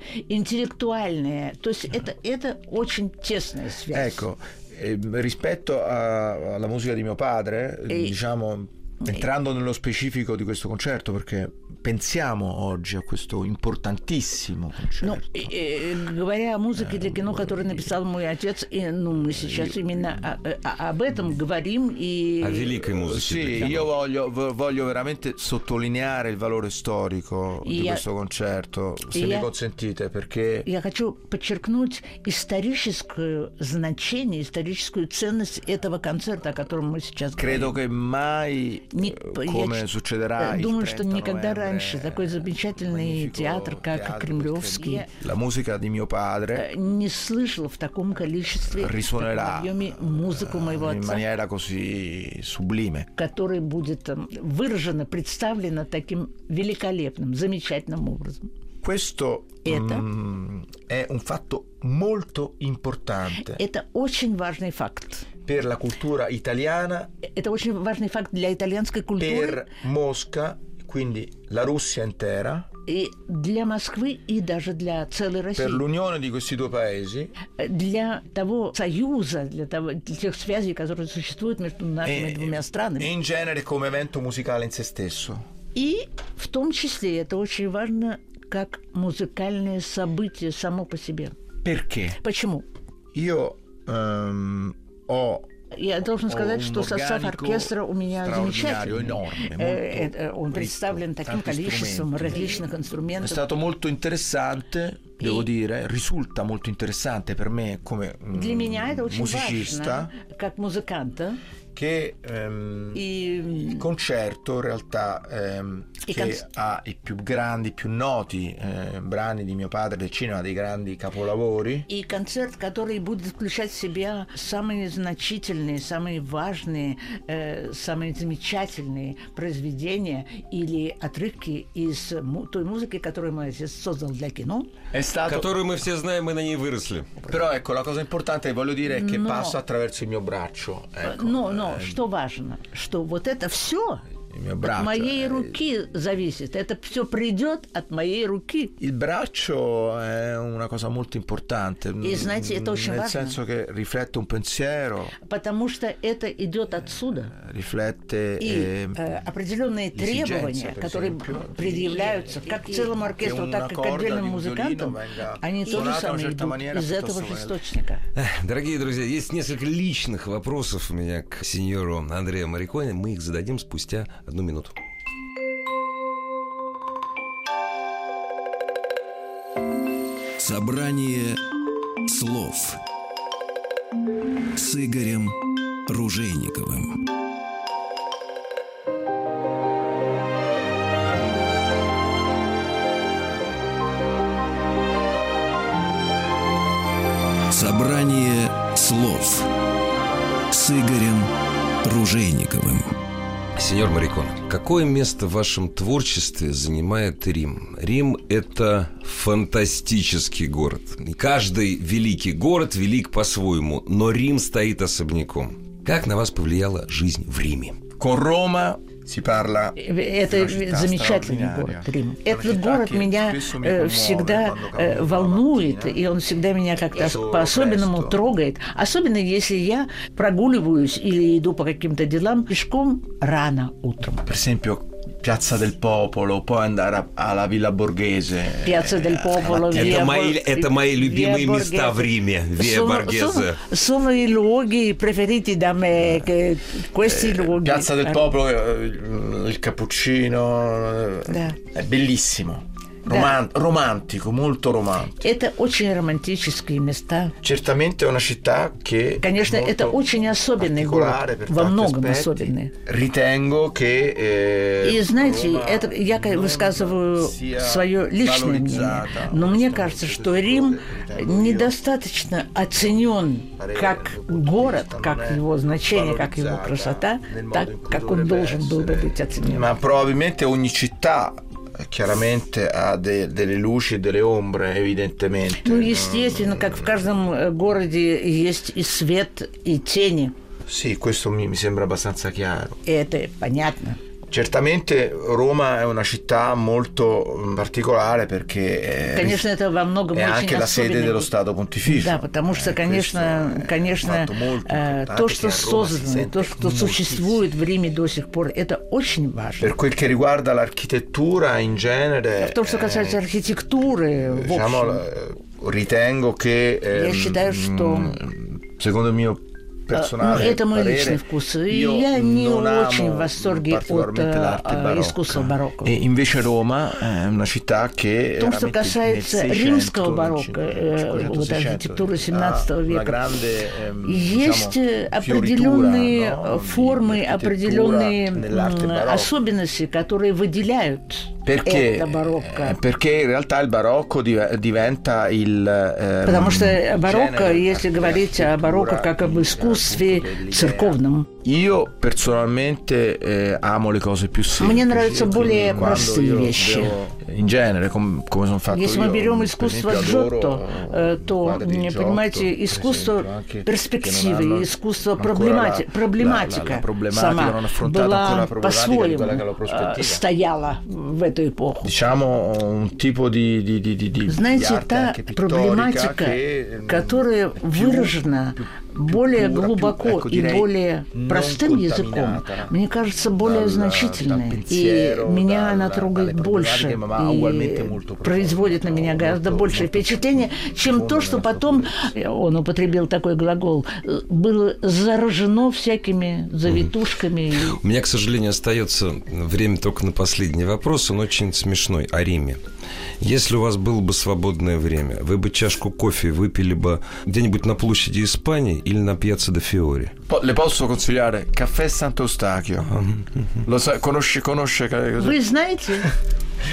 Speaker 4: интеллектуальное. То есть это, это очень тесная связь.
Speaker 3: Ecco, eh, rispetto a- alla musica di mio padre, eh,
Speaker 4: E-
Speaker 3: diciamo, entrando nello specifico di questo concerto, perché pensiamo oggi a questo importantissimo
Speaker 4: Ну,
Speaker 3: concerto.
Speaker 4: э, э, говоря о музыке для кино, которую написал мой отец, и, ну, мы сейчас именно о- э, о- об этом говорим и...
Speaker 2: О великой музыке
Speaker 3: Sì,
Speaker 2: для кино.
Speaker 3: io voglio, v- voglio veramente sottolineare il valore storico di
Speaker 4: Ia-
Speaker 3: questo concerto, se
Speaker 4: Ia-
Speaker 3: mi consentite, perché
Speaker 4: Я хочу подчеркнуть историческое значение, историческую ценность этого концерта, о котором мы сейчас
Speaker 3: credo
Speaker 4: говорим.
Speaker 3: che mai,
Speaker 4: Не-
Speaker 3: eh,
Speaker 4: я
Speaker 3: come
Speaker 4: ч-
Speaker 3: succederà
Speaker 4: э,
Speaker 3: il
Speaker 4: думаю, что
Speaker 3: 30
Speaker 4: никогда
Speaker 3: novembre, eh,
Speaker 4: раньше такой замечательный
Speaker 3: magnifico
Speaker 4: театр, как
Speaker 3: teatro
Speaker 4: Кремлевский,
Speaker 3: Кремлевский, la musica di mio padre
Speaker 4: э, не слышал в таком количестве, в таком
Speaker 3: risuonerà
Speaker 4: объеме музыку моего
Speaker 3: eh, in
Speaker 4: отца,
Speaker 3: maniera così sublime.
Speaker 4: которая будет э, выражена, представлена таким великолепным, замечательным образом.
Speaker 3: Questo
Speaker 4: Это?
Speaker 3: mm, è un fatto molto importante
Speaker 4: Это очень важный факт.
Speaker 3: per la cultura italiana,
Speaker 4: Это очень важный факт для итальянской культуры.
Speaker 3: per Mosca, Quindi la Russia intera,
Speaker 4: И для Москвы, и даже для целой России.
Speaker 3: per l'unione di questi due paesi,
Speaker 4: Э, Для того союза, для, того, для тех связей, которые существуют между нашими
Speaker 3: e-
Speaker 4: двумя
Speaker 3: e
Speaker 4: странами.
Speaker 3: in genere come evento musicale in se stesso.
Speaker 4: И в том числе это очень важно как музыкальное событие само по себе.
Speaker 3: Perché?
Speaker 4: Почему?
Speaker 3: Io ehm, ho
Speaker 4: Я должен сказать,
Speaker 3: Он
Speaker 4: что состав
Speaker 3: органику
Speaker 4: оркестра у меня
Speaker 3: straordinario,
Speaker 4: замечательный.
Speaker 3: enorme,
Speaker 4: Э,
Speaker 3: molto
Speaker 4: это- Он
Speaker 3: ricco,
Speaker 4: представлен таким
Speaker 3: tanti
Speaker 4: количеством
Speaker 3: strumenti.
Speaker 4: различных
Speaker 3: È
Speaker 4: инструментов.
Speaker 3: stato molto interessante, devo dire, risulta molto interessante per me come mm,
Speaker 4: Для меня это очень
Speaker 3: musicista
Speaker 4: важно, как музыканта.
Speaker 3: che ehm,
Speaker 4: И
Speaker 3: il concerto in realtà ehm,
Speaker 4: I
Speaker 3: che
Speaker 4: canz-
Speaker 3: ha i più grandi, i più noti eh, brani di mio padre del cinema, dei grandi capolavori.
Speaker 4: И концерт, который будет включать в себя самые значительные, самые важные, э, самые замечательные произведения или отрывки из му- той музыки, которую мой отец создал для кино.
Speaker 3: È stato
Speaker 2: Которую мы все знаем, мы на ней выросли.
Speaker 3: Però ecco, la cosa importante che voglio dire è che
Speaker 4: No.
Speaker 3: passa attraverso il mio braccio.
Speaker 4: Э,
Speaker 3: Ecco,
Speaker 4: Но,
Speaker 3: eh,
Speaker 4: но что важно, что вот это все
Speaker 3: il mio
Speaker 4: от
Speaker 3: braccio.
Speaker 4: моей
Speaker 3: eh,
Speaker 4: руки зависит. Это все придет от моей руки.
Speaker 3: Il braccio è una cosa molto importante.
Speaker 4: E, знаете, это
Speaker 3: mm,
Speaker 4: очень
Speaker 3: Nel
Speaker 4: важно.
Speaker 3: senso che riflette un pensiero,
Speaker 4: Потому что это идет отсюда.
Speaker 3: riflette
Speaker 4: И
Speaker 3: ehm,
Speaker 4: э, определенные
Speaker 3: esigenze,
Speaker 4: требования,
Speaker 3: per
Speaker 4: которые
Speaker 3: esempio,
Speaker 4: предъявляются как целому
Speaker 3: che
Speaker 4: оркестру,
Speaker 3: una
Speaker 4: так и к
Speaker 3: corda di
Speaker 4: отдельным
Speaker 3: un violino
Speaker 4: музыкантам,
Speaker 3: venga
Speaker 4: они тоже
Speaker 3: suonata in una
Speaker 4: самые
Speaker 3: certa
Speaker 4: идут
Speaker 3: maniera
Speaker 4: из этого
Speaker 3: piuttosto
Speaker 4: же
Speaker 3: che
Speaker 4: источника.
Speaker 2: Эх, Дорогие друзья, есть несколько личных вопросов у меня к сеньору Андрею Мариконе. Мы их зададим спустя одну минуту.
Speaker 1: Собрание слов с Игорем Ружейниковым. Собрание слов с Игорем Ружейниковым.
Speaker 2: Сеньор Марикон, какое место в вашем творчестве занимает Рим? Рим – это фантастический город. И Каждый великий город велик по-своему, но Рим стоит особняком. Как на вас повлияла жизнь в Риме?
Speaker 3: Con Roma si parla
Speaker 4: Это
Speaker 3: Città
Speaker 4: замечательный
Speaker 3: straordinaria.
Speaker 4: город Рим.
Speaker 3: Una
Speaker 4: Этот
Speaker 3: città
Speaker 4: город
Speaker 3: che
Speaker 4: меня
Speaker 3: spesso mi
Speaker 4: э,
Speaker 3: commuove
Speaker 4: всегда
Speaker 3: quando cammino
Speaker 4: э,
Speaker 3: la
Speaker 4: волнует,
Speaker 3: mattina.
Speaker 4: и он всегда меня как-то
Speaker 3: Solo
Speaker 4: по-особенному
Speaker 3: presto.
Speaker 4: трогает. Особенно если я прогуливаюсь или иду по каким-то делам пешком рано утром.
Speaker 3: per esempio Piazza del Popolo, poi andare a- alla Villa Borghese. eh,
Speaker 4: Пьяцца дель Пополо,
Speaker 2: Это
Speaker 4: Виа
Speaker 2: мои-
Speaker 4: Бор-
Speaker 2: это мои любимые
Speaker 4: Виа
Speaker 2: места
Speaker 4: Боргезе.
Speaker 2: в Риме, Виа
Speaker 4: Sono-
Speaker 2: Боргезе.
Speaker 4: sono- Sono i luoghi preferiti da me, che- questi
Speaker 3: Э,
Speaker 4: luoghi.
Speaker 3: Piazza del
Speaker 4: Eh,
Speaker 3: Popolo, eh, il il cappuccino, eh,
Speaker 4: Да.
Speaker 3: è bellissimo,
Speaker 4: Da.
Speaker 3: Roman- romantico, molto romantico.
Speaker 4: Это очень романтические места.
Speaker 3: Certamente è una città che
Speaker 4: Конечно,
Speaker 3: molto
Speaker 4: это очень особенный
Speaker 3: particolare
Speaker 4: город,
Speaker 3: per
Speaker 4: во
Speaker 3: tanti
Speaker 4: многом
Speaker 3: aspetti.
Speaker 4: особенный.
Speaker 3: Ritengo che eh,
Speaker 4: И знаете,
Speaker 3: Roma
Speaker 4: это я как-
Speaker 3: non
Speaker 4: высказываю
Speaker 3: sia
Speaker 4: свое личное мнение,
Speaker 3: valorizzata.
Speaker 4: но мне кажется, что Рим недостаточно оценен как город, как его значение, как его красота, так как он должен был бы быть оценен.
Speaker 3: Ma probabilmente ogni città eh, chiaramente ha de- delle luci e delle ombre, evidentemente.
Speaker 4: Ну,
Speaker 3: no?
Speaker 4: естественно, как в каждом э, городе есть и свет, и tени.
Speaker 3: Sì, questo mi- mi sembra abbastanza chiaro.
Speaker 4: И это понятно.
Speaker 3: Certamente Roma è una città molto mm, particolare perché eh,
Speaker 4: Конечно, это во многом
Speaker 3: è
Speaker 4: очень
Speaker 3: anche la sede
Speaker 4: особенный
Speaker 3: dello
Speaker 4: город.
Speaker 3: Stato Pontificio.
Speaker 4: Да, потому что,
Speaker 3: Eh,
Speaker 4: конечно,
Speaker 3: questo è un
Speaker 4: конечно,
Speaker 3: fatto molto
Speaker 4: э,
Speaker 3: importante
Speaker 4: то,
Speaker 3: che
Speaker 4: что
Speaker 3: a Roma si
Speaker 4: создано,
Speaker 3: sente
Speaker 4: то, что
Speaker 3: moltissimo.
Speaker 4: существует в Риме до сих пор, это очень важно.
Speaker 3: Per quel che riguarda l'architettura in genere,
Speaker 4: В том, что
Speaker 3: eh,
Speaker 4: касается архитектуры, в
Speaker 3: diciamo,
Speaker 4: общем,
Speaker 3: eh, ritengo che ehm,
Speaker 4: считаю, что-
Speaker 3: mm, secondo il mio
Speaker 4: ну,
Speaker 3: personale
Speaker 4: это мой
Speaker 3: parere,
Speaker 4: личный вкус. И
Speaker 3: io
Speaker 4: я не
Speaker 3: non amo
Speaker 4: очень в восторге от
Speaker 3: particolarmente l'arte
Speaker 4: э,
Speaker 3: barocca.
Speaker 4: искусства барокко.
Speaker 3: E invece Roma è una città che
Speaker 4: В том, что
Speaker 3: veramente
Speaker 4: касается
Speaker 3: nel 600,
Speaker 4: римского
Speaker 3: nel
Speaker 4: барокко, э,
Speaker 3: 500,
Speaker 4: вот
Speaker 3: 600,
Speaker 4: архитектуры
Speaker 3: ha
Speaker 4: 17
Speaker 3: una
Speaker 4: века,
Speaker 3: grande, ehm,
Speaker 4: есть
Speaker 3: diciamo,
Speaker 4: э, определенные
Speaker 3: fioritura, no,
Speaker 4: э,
Speaker 3: di
Speaker 4: формы,
Speaker 3: architettura
Speaker 4: определенные
Speaker 3: nell'arte
Speaker 4: м,
Speaker 3: barocca.
Speaker 4: особенности, которые выделяют
Speaker 3: Perché,
Speaker 4: это барокко.
Speaker 3: eh, perché in realtà il barocco div- diventa il... ehm,
Speaker 4: Потому что барокко,
Speaker 3: genere,
Speaker 4: если говорить о барокко как об
Speaker 3: architettura,
Speaker 4: искусстве
Speaker 3: appunto, dell'idea.
Speaker 4: церковном,
Speaker 3: Io personalmente eh, amo le cose più semplici.
Speaker 4: Мне нравятся
Speaker 3: quindi
Speaker 4: более
Speaker 3: quando
Speaker 4: простые
Speaker 3: io
Speaker 4: вещи.
Speaker 3: devo in genere, com- come sono fatto
Speaker 4: Если
Speaker 3: io.
Speaker 4: мы берем
Speaker 3: per
Speaker 4: искусство
Speaker 3: esempio,
Speaker 4: Giotto,
Speaker 3: adoro,
Speaker 4: э, то,
Speaker 3: guarda di
Speaker 4: не,
Speaker 3: Giotto,
Speaker 4: понимаете,
Speaker 3: eh, mm, per
Speaker 4: искусство
Speaker 3: esempio, anche che non
Speaker 4: перспективы,
Speaker 3: hanno
Speaker 4: искусство
Speaker 3: ancora
Speaker 4: проблемати-
Speaker 3: la- la- la- la
Speaker 4: проблематика
Speaker 3: problematica, non
Speaker 4: сама
Speaker 3: affrontata ancora la
Speaker 4: была
Speaker 3: problematica di
Speaker 4: по-своему
Speaker 3: quella che è la prospettiva.
Speaker 4: э, стояла в эту эпоху.
Speaker 3: Diciamo un tipo di, di, di, di, di di
Speaker 4: Знаете,
Speaker 3: arte
Speaker 4: та
Speaker 3: anche pittorica
Speaker 4: проблематика,
Speaker 3: che,
Speaker 4: э,
Speaker 3: ehm,
Speaker 4: которая выражена более
Speaker 3: più pura, più,
Speaker 4: глубоко
Speaker 3: ecco,
Speaker 4: и
Speaker 3: direi,
Speaker 4: более
Speaker 3: non
Speaker 4: простым языком,
Speaker 3: contaminata
Speaker 4: мне кажется, более
Speaker 3: dal-
Speaker 4: значительная.
Speaker 3: dal
Speaker 4: И
Speaker 3: pensiero,
Speaker 4: меня она
Speaker 3: dalla-
Speaker 4: трогает
Speaker 3: dalle
Speaker 4: больше
Speaker 3: problematiche, ma ugualmente molto
Speaker 4: и
Speaker 3: profonda,
Speaker 4: производит на
Speaker 3: no?
Speaker 4: меня гораздо
Speaker 3: Molto-
Speaker 4: большее
Speaker 3: molto
Speaker 4: впечатление, чем то, что потом, э, он употребил такой глагол, э, было заражено всякими завитушками.
Speaker 2: У меня, к сожалению, остается время только на последний вопрос. Он очень смешной о Риме. Если у вас было бы свободное время, вы бы чашку кофе выпили бы где-нибудь на площади Испании или на Пьяцца де Фиоре?
Speaker 3: Po- le posso consigliare Caffè Sant'Ostachio. Lo sa- conosce, conosce che- cosa-
Speaker 4: Вы знаете,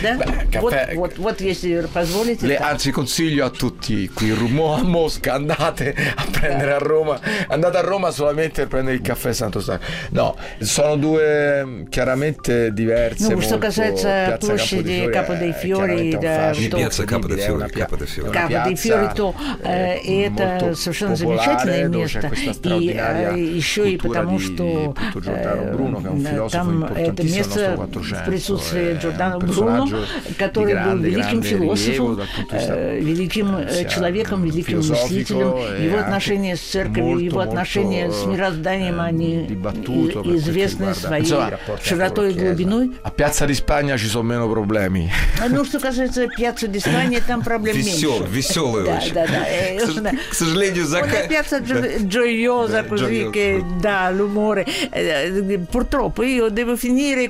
Speaker 4: да?
Speaker 3: кафе-
Speaker 4: Вот, вот, вот, если позволите.
Speaker 3: Le-
Speaker 4: так.
Speaker 3: anzi consiglio a tutti qui Rumo a Mosca andate a prendere a Roma andate a Roma solamente per prendere il caffè Santo Stacchio no sono due mm, chiaramente diverse
Speaker 4: Ну, что
Speaker 3: molto-
Speaker 4: касается
Speaker 3: Piazza
Speaker 4: площади
Speaker 3: Campo di Fiore
Speaker 4: Capo dei
Speaker 3: è
Speaker 4: Fiori,
Speaker 3: chiaramente un
Speaker 4: да,
Speaker 3: fascino
Speaker 4: Не
Speaker 2: Пьяцца, Капо де
Speaker 3: incredibile, è
Speaker 2: Фиоре,
Speaker 3: una pia-
Speaker 2: Капо де Фиоре.
Speaker 3: è una
Speaker 4: Капо де
Speaker 3: piazza,
Speaker 4: Фиори, то, э,
Speaker 3: eh,
Speaker 4: и это
Speaker 3: molto
Speaker 4: совершенно
Speaker 3: popolare,
Speaker 4: замечательное
Speaker 3: dove c'è
Speaker 4: месto.
Speaker 3: questa
Speaker 4: И
Speaker 3: straordinaria
Speaker 4: э, еще и
Speaker 3: cultura
Speaker 4: потому,
Speaker 3: di
Speaker 4: что
Speaker 3: appunto Giordano
Speaker 4: э,
Speaker 3: Bruno, che è un
Speaker 4: э,
Speaker 3: filosofo
Speaker 4: там это
Speaker 3: importantissimo del
Speaker 4: место
Speaker 3: nostro Quattrocento,
Speaker 4: в присутствии
Speaker 3: э,
Speaker 4: Джордано
Speaker 3: un
Speaker 4: Бруно,
Speaker 3: personaggio
Speaker 4: который
Speaker 3: di
Speaker 4: был
Speaker 3: grande,
Speaker 4: великим
Speaker 3: grande rilievo
Speaker 4: философом,
Speaker 3: dal punto di vista,
Speaker 4: э, великим э,
Speaker 3: sia
Speaker 4: человеком, великим
Speaker 3: filosofico
Speaker 4: мыслителем.
Speaker 3: e
Speaker 4: Его
Speaker 3: anche
Speaker 4: отношения с церковью,
Speaker 3: molto,
Speaker 4: его
Speaker 3: molto,
Speaker 4: отношения с
Speaker 3: э,
Speaker 4: мирозданием,
Speaker 3: э,
Speaker 4: они
Speaker 3: dibattuto per quel che
Speaker 4: и- известны
Speaker 3: riguarda-
Speaker 4: своей
Speaker 3: Insomma, i rapporti
Speaker 4: широтой и
Speaker 3: con la Chiesa.
Speaker 4: глубиной.
Speaker 3: a Piazza di Spagna ci sono meno problemi
Speaker 4: А, Ну, что касается пьяцу Диспания, там проблем
Speaker 2: Весел,
Speaker 4: меньше.
Speaker 2: веселый
Speaker 4: Да,
Speaker 2: очень.
Speaker 4: да, да. э,
Speaker 2: К сож-
Speaker 4: да.
Speaker 2: К сожалению,
Speaker 4: Вот
Speaker 3: Eh,
Speaker 2: зака...
Speaker 4: опять Gioiosa,
Speaker 2: Да,
Speaker 4: così
Speaker 2: Gioiosa.
Speaker 4: che dà l'umore. Eh, Purtroppo io devo finire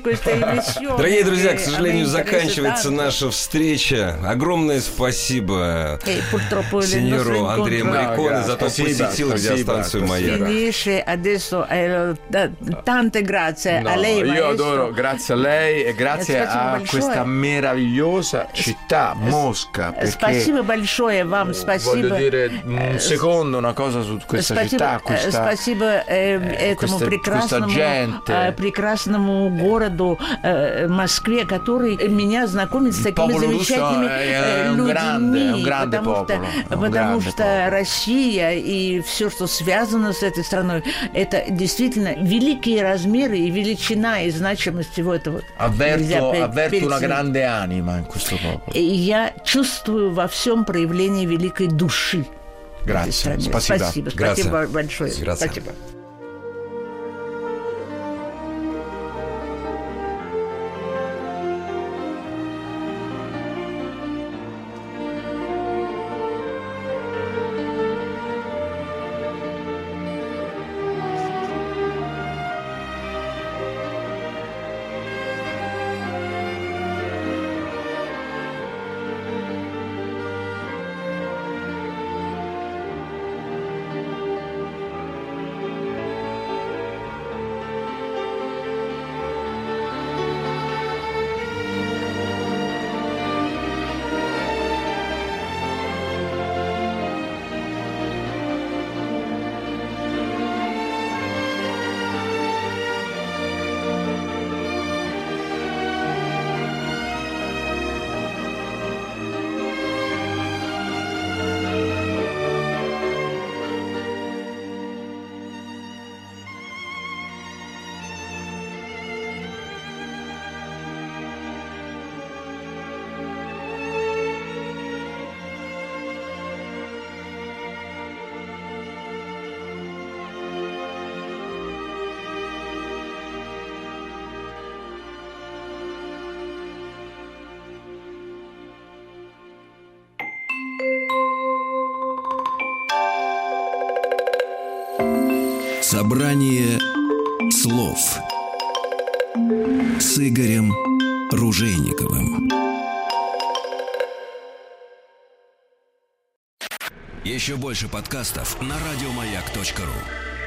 Speaker 4: questa emissione.
Speaker 2: Дорогие друзья, к
Speaker 4: che
Speaker 2: сожалению,
Speaker 4: a me
Speaker 2: заканчивается
Speaker 4: interessa
Speaker 2: наша встреча. Огромное спасибо
Speaker 4: tanto. E purtroppo il
Speaker 2: сеньору
Speaker 4: nostro
Speaker 2: Андрею
Speaker 4: incontro
Speaker 2: Мариконе
Speaker 3: Да,
Speaker 2: за то, что
Speaker 3: спасибо,
Speaker 2: посетил
Speaker 3: спасибо,
Speaker 2: радиостанцию
Speaker 3: спасибо.
Speaker 2: «Маяк».
Speaker 4: finisce adesso. eh, da- Tante grazie
Speaker 3: No,
Speaker 4: a Э, lei,
Speaker 3: io
Speaker 4: maestro.
Speaker 3: adoro, grazie a lei e grazie
Speaker 4: Grazie
Speaker 3: a
Speaker 4: большое.
Speaker 3: questa
Speaker 4: Eh,
Speaker 3: meravigliosa città, Mosca. Perché Oh,
Speaker 4: Спасибо большое вам,
Speaker 3: Voglio
Speaker 4: спасибо.
Speaker 3: dire un
Speaker 4: eh, Eh,
Speaker 3: secondo una cosa su questa città,
Speaker 4: Спасибо, э,
Speaker 3: questa...
Speaker 4: спасибо э, этому
Speaker 3: questa-
Speaker 4: прекрасному,
Speaker 3: questa gente.
Speaker 4: э, прекрасному городу э, Москве, который меня знакомит с такими
Speaker 3: popolo russo
Speaker 4: замечательными
Speaker 3: è- è
Speaker 4: э,
Speaker 3: un
Speaker 4: людьми,
Speaker 3: grande- è un grande
Speaker 4: потому
Speaker 3: popolo, è
Speaker 4: что,
Speaker 3: un
Speaker 4: потому
Speaker 3: grande
Speaker 4: что
Speaker 3: popolo.
Speaker 4: Россия и все, что связано с этой страной, это действительно великие размеры и величина и значимость всего этого. Нельзя
Speaker 3: Avverto,
Speaker 4: пе-
Speaker 3: avverto una
Speaker 4: переоценить.
Speaker 3: grande anima in questo popolo.
Speaker 4: И я чувствую во всем проявление великой души. в этой
Speaker 3: Grazie,
Speaker 4: стране.
Speaker 3: спасибо.
Speaker 4: спасибо,
Speaker 2: Grazie.
Speaker 4: спасибо большое.
Speaker 2: Grazie.
Speaker 4: Спасибо.
Speaker 1: Собрание слов с Игорем Ружейниковым. Еще больше подкастов на радиомаяк.ру.